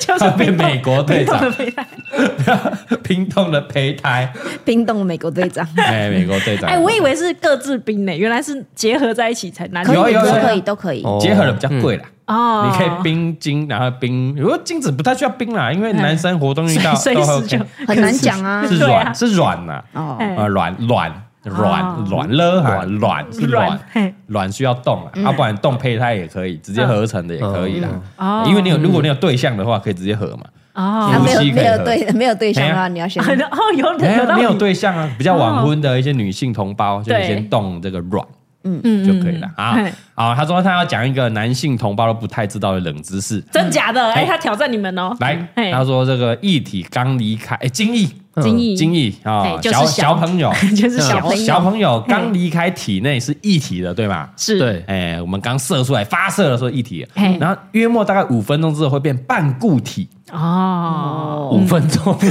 就是
变美国队
冰冻
长
的，胚胎，
冰冻的胚胎，
冰冻美国队长，
哎，美国队长，
哎，我以为是各自冰呢，原来是结合在一起才难。
可
有啊
以
有
都
有哦
可以都可以。
结合的比较贵啦。
哦，
你可以冰晶，然后冰，如果精子不太需要冰啦，因为
嗯
男生活动遇到
随
都
随时
OK，
就
很难讲啊
是
对啊
软是软呐，
哦，
哎
啊软软
哦
软软了哈，软是
软嗯
软
嘿，
软需要动啊，要不然动胚胎也可以，直接合成的也可以啦
嗯。
哦
因为你有如果你有对象的话，可以直接合嘛。
哦
啊，没有
夫妻可以
没有
合
对没有对象
哎呀
啊，你要 先
然后哦有
哎
有道理
没有对象啊，比较晚婚的一些女性同胞，就是
对
先动这个卵
嗯
就可以了啊
嘿
啊！他说他要讲一个男性同胞都不太知道的冷知识，
真假的？哎，
嘿
他挑战你们哦，
来，
嘿
他说这个液体刚离开，哎，精液，
精益
精液
哎
啊，
就是
小
小
小朋友，
就是小
朋友
小朋友刚离开体内是液体的，对吗？
是，
对，
哎，我们刚射出来发射的时候液体
嘿，
然后约莫大概五分钟之后会变半固体，
哦，
五分钟，
嗯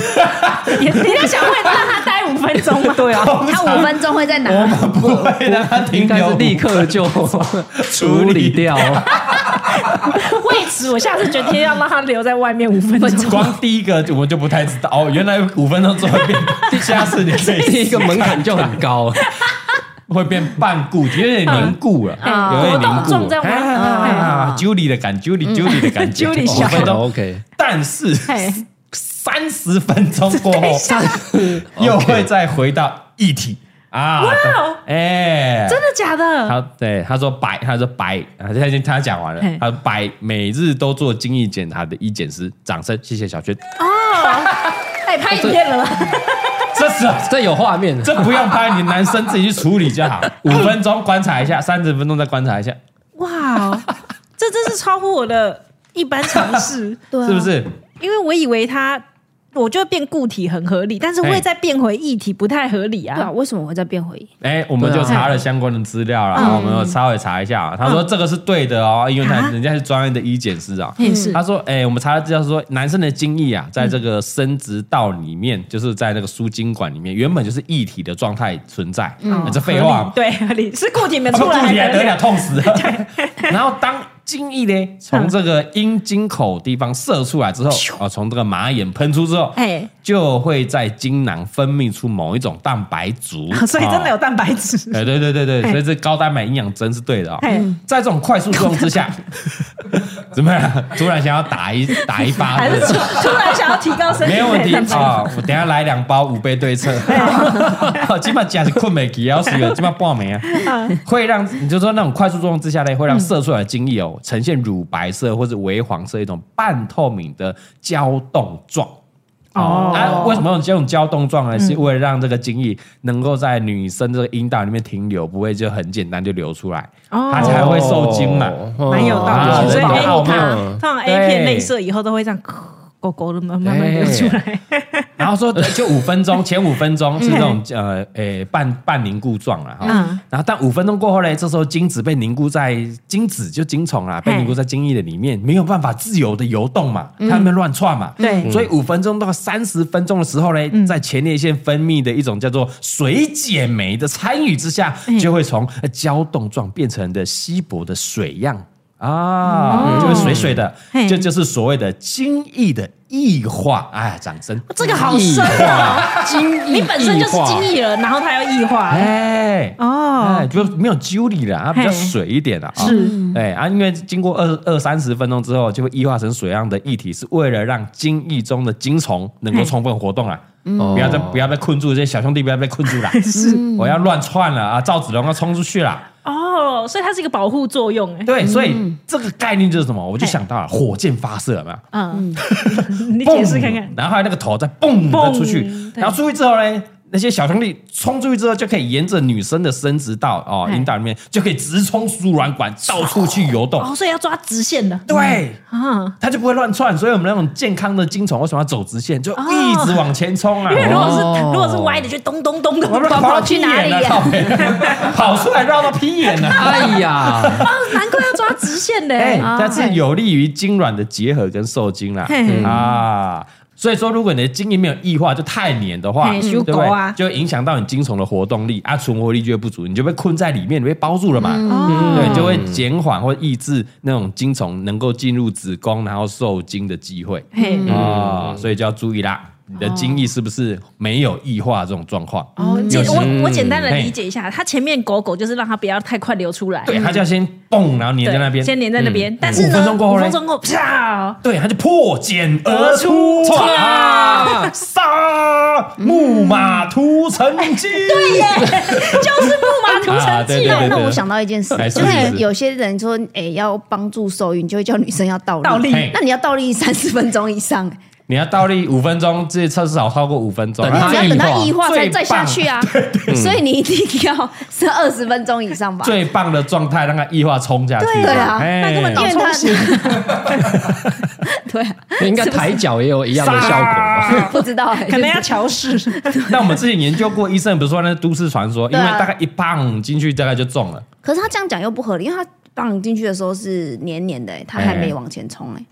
你你在想会让他待五分钟 吗？对啊，
他五分钟会在
我
哪？
们不会让它 停
应该
留
是立 刻就处理掉。
为此我下次决定要让他留在外面五分 钟。
光第一个我们就不太知道哦，原来五分钟之后会变，下次你可以
第一个门槛就很 高，
会变半固体，有点凝固了，
嗯
有点凝
活动
固
状这
了。
样吗哎
啊，Julie 的感，Julie，Julie 的感觉
Julie
五分钟
OK，
但是
嘿
三十分钟过 后， 又会再回到一体啊！
哇哦
哎，
真的假的？
他对他说白，他说白，啊他已经他讲完了
嘿，
他说白每日都做精益检查的医检师，掌声谢谢小娟，
哎，拍影片了吗？
这是。啊
这有画面，
这不用拍，你男生自己去处理就好。 五分钟观察一下，三十分钟再观察一下，
哇哦，这真是超乎我的一般常识，
对啊
是不？是？
因为我以为他我觉得变固体很合理，但是会
哎
再变回液体不太合理
对 啊，
啊。
为什么会再变回？
哎，我们就
对啊
查了相关的资料啦，
啊
我
嗯
们有稍微查一下，啊他说这个是对的哦，因为他人家是专业的医检师啊。
也是
他说：“哎、我们查了资料说，男生的精液啊，在这个生殖道里面，就是在那个输精管里面，原本就是液体的状态存在。嗯，这废话 嘛，
对，合理是固体没
啊不
出来
固体还得
的。
了，痛死 了。 然后当精液呢，从这个阴茎口地方射出来之后，啊，从这个马眼喷出之后，
哎，
就会在精囊分泌出某一种蛋白质
所以真的 有
哦。
蛋白 质。
哎，对对对对，
哎
所以这高蛋白营养针是对的啊、
哎
在这种快速作用之下， 怎么样？突然想要打一打一巴，
还是
对不
突
对
突然想要提高身体
没有问
内
题
蛋白质
啊、我等一下来两包五倍对哦称， 起码假是困美起，要死了，起码半没啊，会让你就说那种快速作用之下呢，会让射出来的精液哦呈现乳白色或者微黄色一种半透明的胶冻状。哦，嗯啊，为什么用这种胶冻状呢？是为了让这个精液能够在女生这个阴道里面停留，不会就很简单就流出来，
哦
它才会受精嘛。
哦
蛮有道
啊
理。所以
人体
A
好
片
妙
通常 A 片内射以后都会这样狗狗的慢慢慢流出来。
然后说就五分钟，前五分钟是那种呃诶半半凝固状啊了哈
嗯，
然后但五分钟过后呢，这时候精子被凝固在精子就精虫啦，被
嘿嗯
凝固在精液的里面，没有办法自由的游动嘛，它们乱窜嘛，
对嗯
所以五分钟到三十分钟的时候呢，在前列腺分泌的一种叫做水解酶的参与之下，就会从呃胶冻状变成的稀薄的水样。啊，就会水水的
哦嘿，
这就是所谓的精液的液化。哎，掌声！
这个好深啊！
精
你本身就是精
液，
益了，然后它又异化。
哎，
哦
哎，就没有揪你了，它比较水一点了啊。
是，
哎啊，因为经过二二三十分钟之后，就会异化成水样的液体，是为了让精液中的精虫能够充分活动啊。
嗯
不要再不要被困住，这些小兄弟不要被困住了。是，
嗯
我要乱窜了啊！赵子龙要冲出去了。
哦，所以它是一个保护作用，哎，
对，所以这个概念就是什么？我就想到了火箭发射，有没有？
嗯， 你
蹦
解释看看，
然后还有那个头再蹦的
蹦
出去，
对
然后出去之后呢，那些小兄弟冲出去之后，就可以沿着女生的生殖道哦
哎
阴道里面，就可以直冲输卵管，到处去游动。
哦，所以要抓直线的，
对，
啊，
它就不会乱窜。所以我们那种健康的精虫为什么要走直线，就一直往前冲啊？
哦 因为如果是
哦
如果是歪的，就咚咚咚的
我们
跑
跑
跑
到
去
屁
哪
眼
里
了，
啊？
靠 北跑出来绕到屁眼了。
哎呀，
哦难怪要抓直线的，
哎
哎，
啊
但是有利于精卵的结合跟受精啦
嘿嘿
啊。所以说，如果你的精液没有异化，就太黏的话，
嘿
对不
修狗啊
对？就影响到你精虫的活动力啊，存活力就会不足，你就被困在里面，你被包住了嘛，
哦
对，就会减缓或抑制那种精虫能够进入子宫然后受精的机会
嘿
啊，所以就要注意啦，你的精液是不是没有异化这种状况？
哦，简
有时
我我简单的
嘿
理解一下，它前面狗狗就是让它不要太快流出来，
对，它就要先蹦，然后
对，
粘在那边，嗯
先粘在那边，但是
五
呢，
分钟过后
五
嘞
分钟后啪，
对，他就破茧而出，
哇
哇！杀木马屠城记，对耶，
就是木马屠
啊
城
对
记
对
啊
对，
那我想到一件事
哎，是
就是
是
是有些人说，哎，要帮助受孕，就会叫女生要倒立。
倒立
嘿
那你要倒立三十分钟以上，
你要倒立五分钟，至至少超过五分钟，啊
等
然后
它
你要等到
异
异
化
化
哎最
才
棒
再下去啊。所以你一定要 是二十分钟以上吧。
最棒的状态让它异化冲下去，
对啊
哎
那根本
因
倒
为
冲
他
洗，
对啊，
应该抬脚也有一样的效果吧？
不知道哎，
可能要乔氏，
那我们之前研究过，医生不是说那是都市传说，因
对
为
啊
大概一棒进去大概就中了，
可是他这样讲又不合理，因为他放进去的时候是黏黏的、欸，他还没往前冲哎、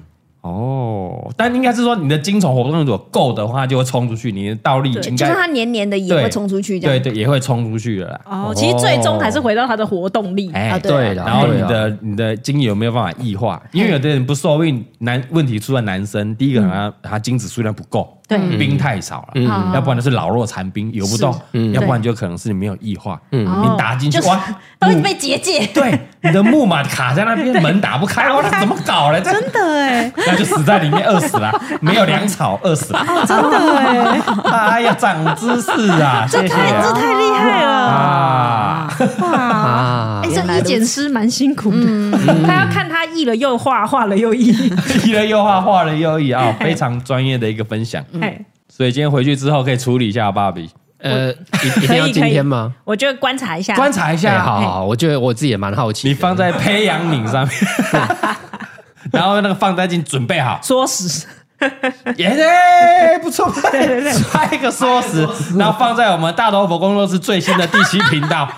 哦，但应该是说你的精虫活动如果够的话，它就会冲出去，你的倒立
对，
应
就算
该
他黏黏的也会冲出去这
对
样。
对也会冲出去的啦。
哦，其实最终还是回到它的活动力，
哎
啊对啊
啦
然后你
对啊
的你的精液有没有办法异化？因为有的人不受孕，男问题出在男生，第一
嗯
个他他精子数量不够，
对
冰太少了，
嗯
要不然就是老弱残兵游不动，要不然就可能是你没有异化，你打进去
哦就是
哇，
都已经被结界，
对，你的木马卡在那 边，门打不开，哇，那怎么搞嘞？真
真的哎，
那就死在里面，饿死 了，没有粮草，饿死了。
哦真的哎，
哎呀，长知识啊，谢谢
哎
太这
啊
太厉害了
啊！
哇！
啊
哎，，这医检师蛮辛苦的， 他要看他译了又画，画了又译，
提了又画，画了又一 啊，非常专业的一个分享。
哎，
所以今天回去之后可以处理一下芭 比，
呃，一一
可
定要
以
今
可以
天吗？？
我觉得观察一下，
观察一
哎
下，
好好好，我觉得我自己也蛮好奇的。
你放 在培养皿上面，然后那个放大镜准备好，
唆使
耶耶，不错， 对对对，揣个缩时，然后放在我们大头佛工作室最新的第七频道，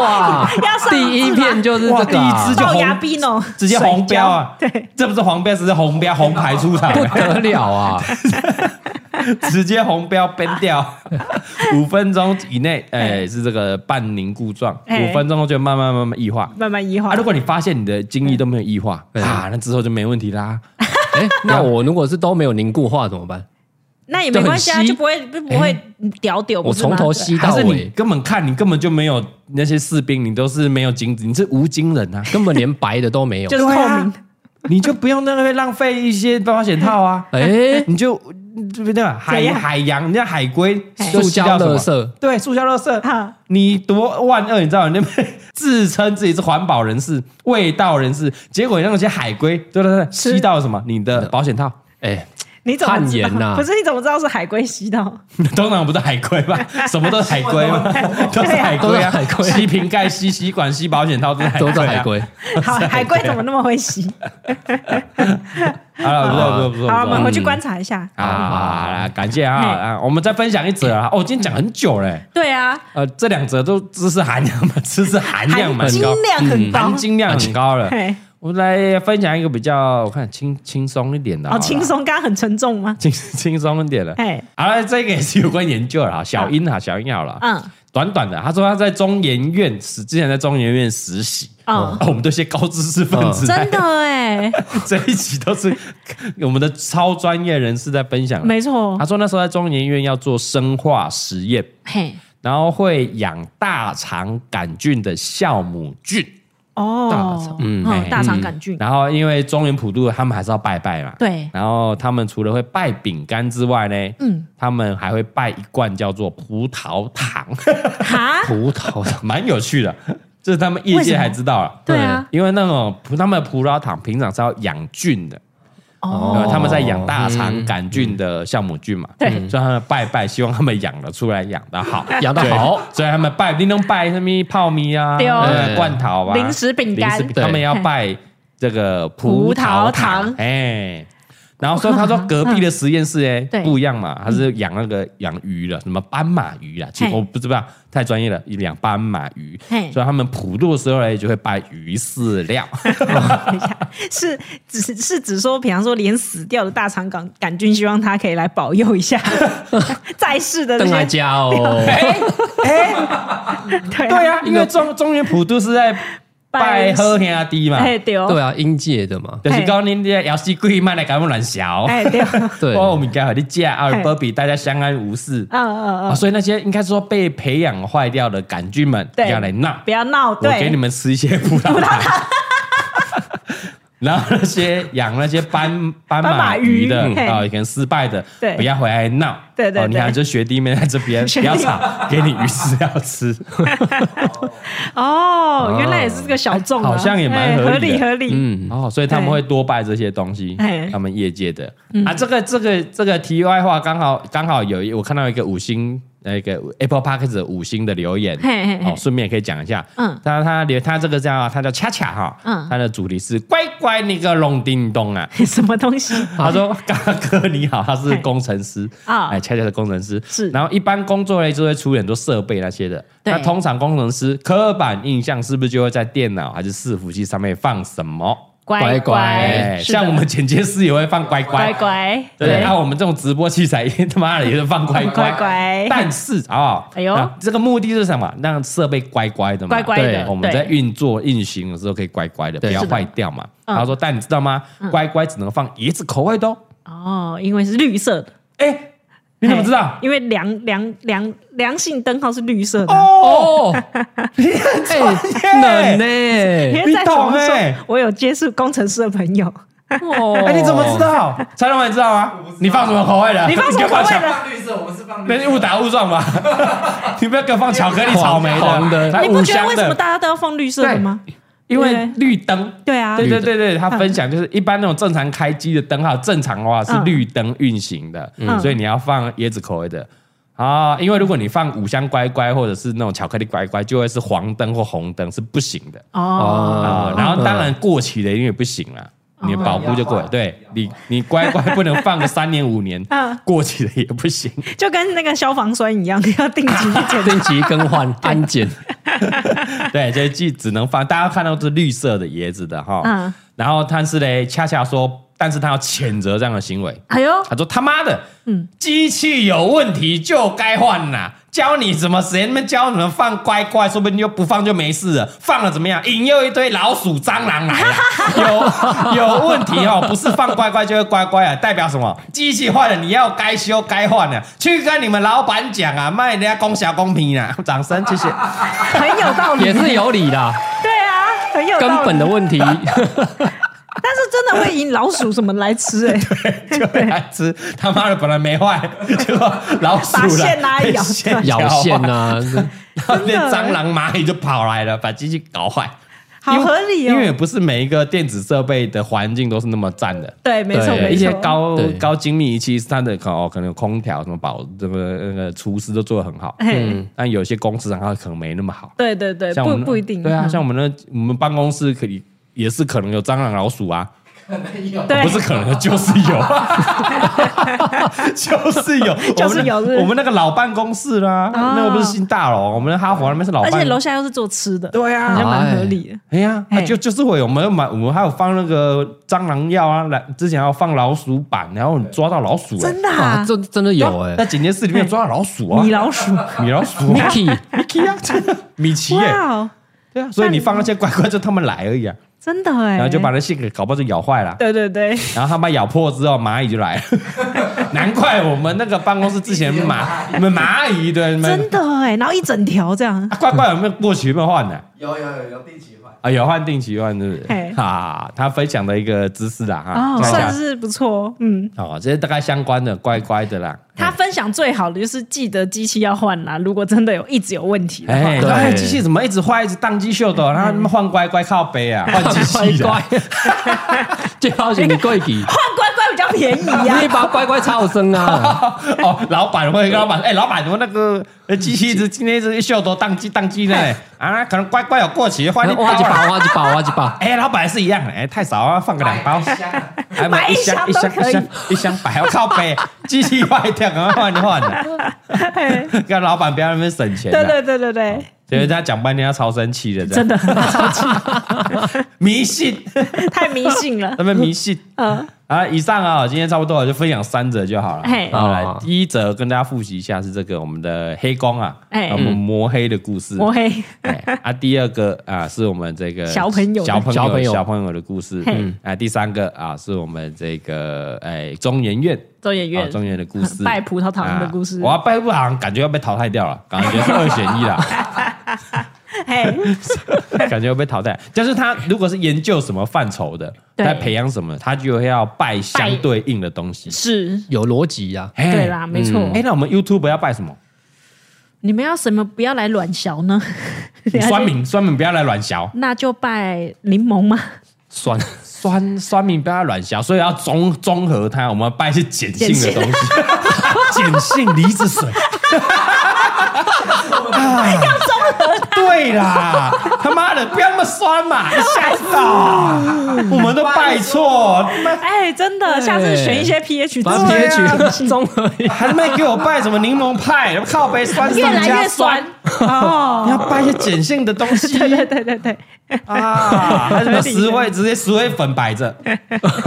哇， 第一片就是这
哇，
个，啊
第一支就
龅牙哦
红，
逼呢，
直接红标啊，对，这不是黄标，只是红标，红牌出场，
不得了啊！
直接红标崩掉， 五分钟以内，哎，是这个半凝固状，
哎
五分钟后就慢慢慢慢异化。
慢慢移化
啊，。如果你发现你的精液都没有异化
嗯
啊，那之后就没问题啦。
哎，那我如果是都没有凝固化怎么办？
那也没关系
就
啊，
很稀
就不会就不会屌屌。不
我
是吗
从头吸
还
到
是你
尾，
根本看你根本就没有那些士兵，你都是没有精子，你是无精人 啊，
根本连白的都没有
就。是透明，
你就不用那个浪费一些保险套 啊，
哎，
你就对不对？海
怎样
海洋，人家海龟
哎塑胶
垃
垃圾，啊
对，塑胶垃圾
哈，
你多万恶，你知道？你那边自称自己是环保人士、味道人士，结果那些海龟，对对对，吸到什么？你的保险套，
哎，
你怎么
汗
知道
颜？呐
不是你怎么知道是海龟哦吸到？
通常不是海龟吧？什么都是海龟吗？都是海
都
龟
是
啊，
海龟
吸瓶盖、吸吸管、吸保险套都是海龟、啊，
都是海龟。
好，海龟怎么那么会吸？
啊，不错不错不错不错。
好，我们回去
嗯
观察一下。
啊，好啦，感谢啊啊！我们再分享一则啊，哦，今天讲很久嘞，
对啊，
呃，这两则都知识含量嘛，知识含量蛮
含金
高，
量很高
含。金量很高了。
嘿，
我来分享一个比较我看轻轻松一点的好
好
了，
啊轻松，刚刚很沉重 吗？
轻轻松一点的。
嘿，
好了，这个也是有关研究了啊，小英啊，小英好了，
嗯
短短的，他说他在中研院实之前在中研院实习。
嗯哦
啊，我们这些高知识分子，
真的哎，
这一集都是 我们的超专业人士在分享的。
没错
他。说那时候在中研院要做生化实验，
嘿，
然后会养大肠杆菌的酵母菌，
哦，嗯，大肠杆菌，
然后因为中原普渡他们还是要拜拜嘛，
对
然后他们除了会拜饼干之外呢，嗯，他们还会拜一罐叫做葡萄糖，
哈，
葡萄糖 蛮有趣的，这是他们业
为什
界
么
还知道了。
对啊，
因为那种葡他们的葡萄糖平常是要养菌的，
哦
呃他们在养大肠杆菌的酵母菌嘛，
对
嗯所以他们拜拜，希望他们养得出来，养得 好，
养得好
对，所以他们拜，你能拜什么泡米啊，
对哦
呃罐头啊，
零食饼干
零食饼
对
他们要拜这个葡萄
葡萄糖
哎。然后说，他说隔壁的实验室哎
对
不一样嘛，他是养那个养鱼的，什么斑马鱼啊，其实
嘿
我不知道太专业了，养斑马鱼，
嘿
所以他们普渡的时候呢哎就会拜鱼饲 料，
是只是是指说，比方说连死掉的大肠杆杆菌，希望它可以来保佑一 下在世的这
邓来
些。
家哦，
对
对
啊，
啊，因为中中原普渡是在拜喝兄弟嘛，
哎对
对
哦，
啊，应届的 嘛，
就是讲恁这摇死鬼，卖来搞我乱笑。
哎对哦，
对，
我们家和你啊嫁阿尔波比，大家相安无事
嗯嗯
啊。
嗯，
所以那些应该说被培养坏掉的杆菌们，不
对
要来闹，
不要闹，
我给你
对，
们吃一些葡萄糖。 然后那些养那些斑斑
斑
马
马
鱼
鱼
的
嘿
啊，可能失败的，
对
不要回来闹。
对对
哦你
对
看这学弟妹在这边，不
学
要
弟
吵，给你鱼饲料吃。
哦，原来也是这个小众啊，
好像也蛮
哎
合
合
理的
合理，
嗯，
哦，所以他们会多拜这些东西
哎，嗯
他们业界的啊。这个这个这个题外话，刚好刚好有一我看到一个五星那个 Apple Park 的五星的留言，
嘿嘿嘿
哦，顺便也可以讲一下，嗯
嗯，
他他留他这个叫他叫恰恰哈，嗯
嗯，
他的主题是乖乖那个龙叮咚啊。
什么 东西？
他说：“嘎哥你好，他是
嘿
工程师
啊
哎，恰恰是工程师。
是
然后一般工作类就会出很多设备那些的。
对
那通常工程师刻板印象是不是就会在电脑还是伺服器上面放什么？
乖乖
乖，
哎，
是的
像我们剪接师也会放乖乖
乖。乖，
对，然后我们这种直播器材，他妈的也是 放乖
乖乖
但是啊，
哎呦
那这个目的是什么？让设备乖乖的嘛，
乖乖的
对
对
我们在运作运行的时候可以乖乖的，不
对
要
是的
坏掉嘛。
嗯
他说，但你知道吗？乖乖只能放椰子口味的哦。
哦，因为是绿色的，
哎，你怎么知道
哎？因为良良良良性灯号是绿色的啊。
哦，哎，冷呢，
因为在
你
什
懂
么
欸
我有接触工程师的朋友，
哦，
哎，你怎么知？道？蔡老板，你知道吗？你放什么口味的？
你放什么口味
你给我讲？
的？
那你误打误撞吧。 你不要给我放巧克力、
黄
草莓
黄的
还
你不
哎五
觉得
香
为什么
的，
大家都要放绿色的吗？
因为
对
绿灯。
对啊，
对
绿
对
灯
对对，他分享就是一般那种正常开机的灯号，正常的话是绿灯运行的，
嗯
所以你要放椰子口味的啊，因为如果你放五香乖乖或者是那种巧克力乖乖，就会是黄灯或红灯是不行的
哦
啊
哦。
嗯
然后当然过期的因为不行了。
哦
你的保护就过了。对你，你乖乖不能放个三年五年
嗯，
过期了也不 行，
就跟那个消防栓一样，要定期去 检查。
定期更换安检，
对，这季只能放。大家看到是绿色的椰子的哈，
嗯
然后但是嘞，恰恰说，但是他要谴责这样的行为。
哎呦，
他说他妈的，嗯，机器有问题就该换啦。教你怎么，谁那么教你们放乖乖，说不定就不放就没事了。放了怎么样？引诱一堆老鼠、蟑螂来 了，有有问题哦，不是放乖乖就会乖乖啊，代表什么？机器坏了，你要该修该换了。去跟你们老板讲啊，卖人家公小公平啊，掌声 谢谢。
很有道理，
也是有理的，
对啊，很有道理
根本的，问题。
但是真的会引老鼠什么来吃 哎、
就会来吃，他妈的本来没坏，结果老鼠
把
来
线拉一咬
被线
咬线
坏
啊，
然 后那
真的
蟑螂、蚂蚁就跑来了，把机器搞坏。
好
因为
合理哦
因为不是每一个电子设备的环境都是那么赞的。
对，没错，
对
没
一些
错，
高
对
高精密仪器，它的可能哦可能有空调什么保什么那个厨师都做得很好，
嘿，
但有些公司它可能没那么好。
对对对，
像我
不
们
不一定，
对啊，
嗯
像我们那我们办公室可以也是可能有蟑螂、老鼠啊，
嗯对
不是可能，就是 有，就是有，
就是有
我们
是
那
不是啊
我们那个老办公室啦，那个不是新大楼，我们哈佛那边是老
而
办，
且楼下又是做吃的，
对
好
啊
像，蛮合理的。
哎呀，啊
哎
就就是会有，我们有买，我们还有放那个蟑螂药啊，来之前要放老鼠板，然后你抓到老鼠，哎
真的
哇，
啊，
这真的有哎
在警戒室里面抓到老鼠啊
米，老鼠，
米老鼠啊，
，Mickey，
米奇啊，真的米奇耶，
哇哦，
对啊，所以你放那些乖乖就他们来而已啊，
真的哎，
然后就把那线给搞不好就咬坏 了。
对对对，
然后他妈咬破之后，蚂蚁就来了。 难怪我们那个办公室之前蚂你们蚂蚁对，你们
真的哎，然后一整条这样，
啊怪怪有没有过期有没有换的？
有有有有定期换，
啊，有换定期换是不
嘿
是？啊，他分享的一个知识啦哈，看
哦，
一
算
下
是不错，嗯。
哦，这些大概相关的乖乖的啦。
他分享最好的就是记得机器要换啦，如果真的有一直有问题的话
哎，，
对
哎，机器怎么一直坏，一直宕机秀的？然后他们换乖乖靠背啊，换机器 的
乖， 最好是你贵体，
换啊乖乖比较便宜哎啊呀
你。把乖乖超生啊，
哦，老板会跟老板，哎，老板，我那个呃机器一直今天一直秀都宕机宕机呢，啊，可能乖乖有过期，换一包啊
挖几
啦
把，挖几把，挖几把，
哎、老板是一样的，哎、太少啊，放个两包，还
买
一
一
箱
箱
一
都
箱
可
一
以
箱一箱摆，要靠背，机器坏掉，赶快换一换的，让老板不要在那边省钱
对
了。
对对对对，
所以他讲半天，他超生气的，真
真的很
迷信，
太迷 信了。
他们迷信。
嗯，
啊，以上啊，今天差不多了，就分享三则就好了。
嘿
好，来
哦
第一则跟大家复习一下，是这个我们的黑工啊，
哎
我们磨黑的故事。
摸黑，
哎啊，第二个啊是我们这个
小朋友的
小朋
小朋
友
友
小朋友的故事，
嘿
嗯，啊，第三个啊是我们这个哎中研院
周演
啊
员
中研院的故事，
拜葡萄糖的故事
啊，我要拜不好像感觉要被淘汰掉了，感觉是二选一 啦，
嘿，
感觉要被淘汰。就是他如果是研究什么范畴的，
对
在培养什么，他就要拜相对应的东西。
是，
有逻辑啊。
哎
对啦，没错。
哎，那我们 YouTube 要拜什 么？
你们要什么不要来卵小呢？啊
酸敏，酸敏不要来软小，
那就拜柠檬吗？
酸，
酸酸敏不要来软小，所以要综综合它，我们要拜一些碱性的东西， 碱性梨子 水。
啊
对啦，他妈的，不要那么酸嘛，吓死 我！我们都拜错，
哎，真的，下次选一些 pH
把
值，
哎
pH 综合一下
还他妈给我拜什么柠檬派，靠背酸
越
上
来
加
越酸
酸，。
哦，
你要拜一些碱性的东西
对对对对对，
啊！还有什么石灰，直接石灰粉摆着，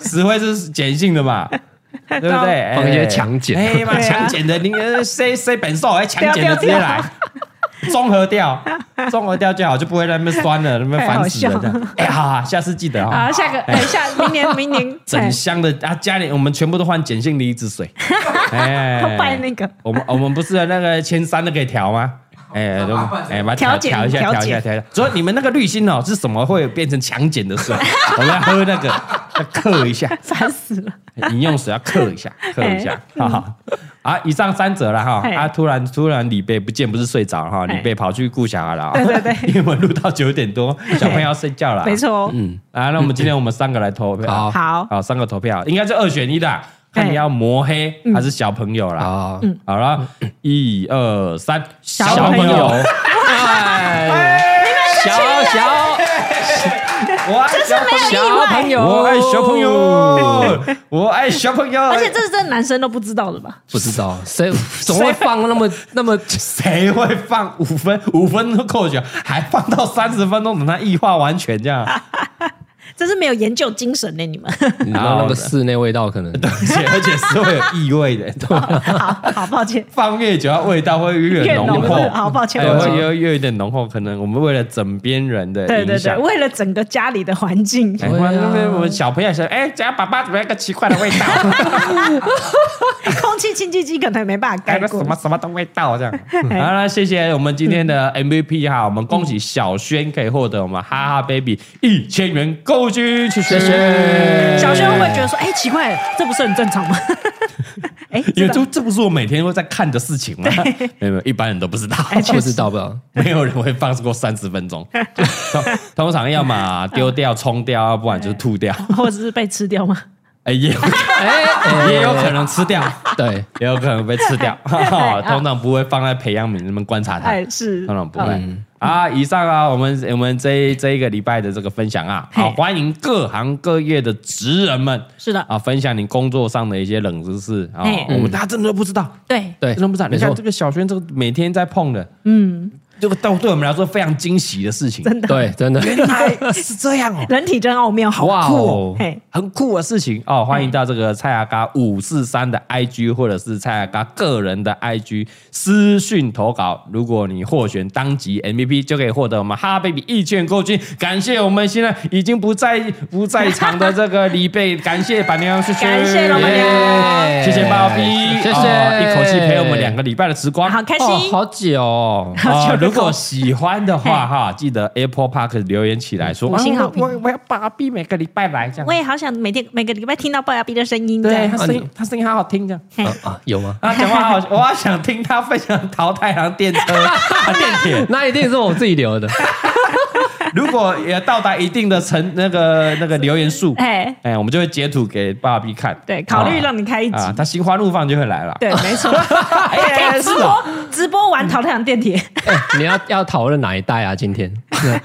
石灰是碱性的 嘛，对不对？
放一些
哎
强碱
哎妈，
对啊
强碱的，你呃 C C 本寿，哎，强碱
不
的
要
直
不要
接来，综合 掉，综合掉就好，就不会在那边酸了，那边
太好
烦死了
笑
这样。哎，好好，下次记得啊
好，。下个哎下明年明年
整箱的啊，家里我们全部都换碱性离子 水，哎
哎都拜那个
我们 我们不是那个千三的可以调吗？哎，都哎，把它调
调减
调一下，
调
调一下，
减
调一下。所以你们那个滤芯哦，是什么会变成强碱的水？ 我们要喝那个，要克一下，
烦死了。
饮用水要克一下，克一下。好，啊，以上三则了哈。
哎
啊，突然突然李贝不见不是睡着了哈，
哎
李贝跑去顾小孩了啊。
对对对
因为我们录到九点 多，小朋友要睡觉了。
没。错，哦
嗯，
啊，那我们今天我们三个来投票。
好
好，
好，三个投票应该是二选一
哎
的，看你要磨黑
嗯
还是小朋友啦。
啊，
好了，一二三，
小朋
小
友
朋友
哎，小小
我爱小朋友，
小朋友，
我爱小 朋友，我爱小朋友。
而且这是真的男生都不知道的吧？
不知道谁怎么会放那么 那么
谁会放五分？五分都扣球，还放到三十分钟，等它异化完全这样。
这是没有研究精神呢、你们
你知道那个室内味道可能
而且 而且是会有异味的，对
好好抱歉，
放越久，它味道会越浓厚。
越浓好抱歉
对
抱歉
会越越有点浓厚。可能我们为了枕边人的
对
影
对对，
响，
为了整个家里的环境，
哎
对啊
那边我们小朋友说：“哎，怎样爸爸怎么有一个奇怪的味道？
空气清净机可能没办法
哎，
盖
那
过
什。么什么的味道这样。嗯”好了，谢谢我们今天的 MVP 哈，我们恭喜小轩可以获得我们哈哈 baby 一千元购金，谢谢
小轩会不会觉得说，哎、奇怪，这不是很正 常吗？哎、
因为
知道
这这不是我每天都在看的事情吗？没有，没有，一般人都不知道，
不知道吧？
没有人会放过三十分钟。通通常要么丢掉、冲掉，要不然就是吐掉。
或者是被吃掉吗？
哎，也有
哎
也有可能吃掉，
对，
也有可能被吃掉。通常不会放在培养皿那边观察它
哎，，是
通常不
好
会。啊，以上啊，我们我们这一这一个礼拜的这个分享啊，好，
嘿
欢迎各行各业的职人们
是的，
啊，分享你工作上的一些冷知识啊
嘿，
我们大家真的都不知道，
对，
对
真的不知道。
没
你
错
看这个小轩，这个每天在碰的，
嗯，
这个到对我们来说非常惊喜的事情。
真的，，
对，真的，
原来是这样哦
哎人体真奥妙，好
哇
酷
哦
嘿，
很酷的事情哦！欢迎到这个蔡阿嘎五四三的
嗯
IG 或者是蔡阿嘎个人的 IG 私讯投稿。如果你获选当集 MVP，就可以获得我们哈 baby 意见冠军。感谢我们现在已经不在不在场的这个李贝，感谢板娘，谢谢，
感谢龙板
娘
谢谢包皮，
谢谢
哦一口气陪我们两个礼拜的时光，
好开心。
哦，好 久哦，
啊、如果喜欢的话哈，记得 Apple Park 留言起来说，
五星好评
啊我我我要爸比每个礼拜来这样
我。也好想每天每个礼拜听到龅牙逼的声音。这
对
样
他声
啊
音，他声音好好听这样。
嘿
啊啊，有吗？
啊，讲 话好，我好想听他分享淘太郎电车、啊、电铁。
那一定是我自己留的，
如果也到达一定的成那个那个留言数，
哎
哎，我们就会截图给爸比看。
对，考虑让你开一集。
啊，他心花怒放就会来了。
对，没错。
哎，哎
哎
是
直
哦，
播直播完淘汰场电铁，
哎你要要讨论哪一代啊？今天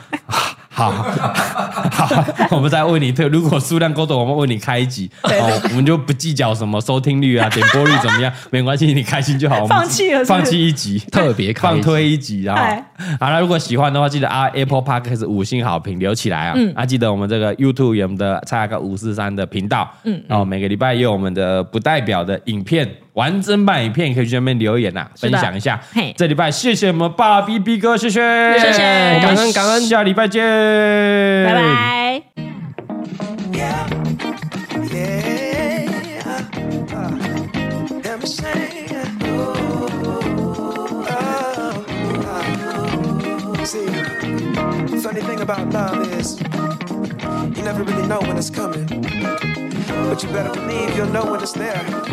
好，好， 我们再为你推。如果数量够多，我们为你开一集。哦，我们就不计较什么收听率啊、点播率怎么样，没关系，你开心就好。我们
放弃了是不是
放弃一集，
特别开
放
心
推一集啊
哎。
好了，如果喜欢的话，记得啊 Apple Park 是五星好评留起来啊。
嗯
啊，记得我们这个 YouTube 有我们的差个五四三的频道。嗯，然后每个礼拜也有我们的不代表的影片。完整版影片可以去那边留言啊，分
的
享一下
嘿。
这礼拜谢谢我们爸比比哥，谢谢，
谢谢
我们
感恩感恩
下礼拜见，
拜
拜。
拜。
Yeah, uh, let me sing. Ooh, oh, oh. See, funny thing about love is you never really know when it's coming, but you better believe you'll know when it's there.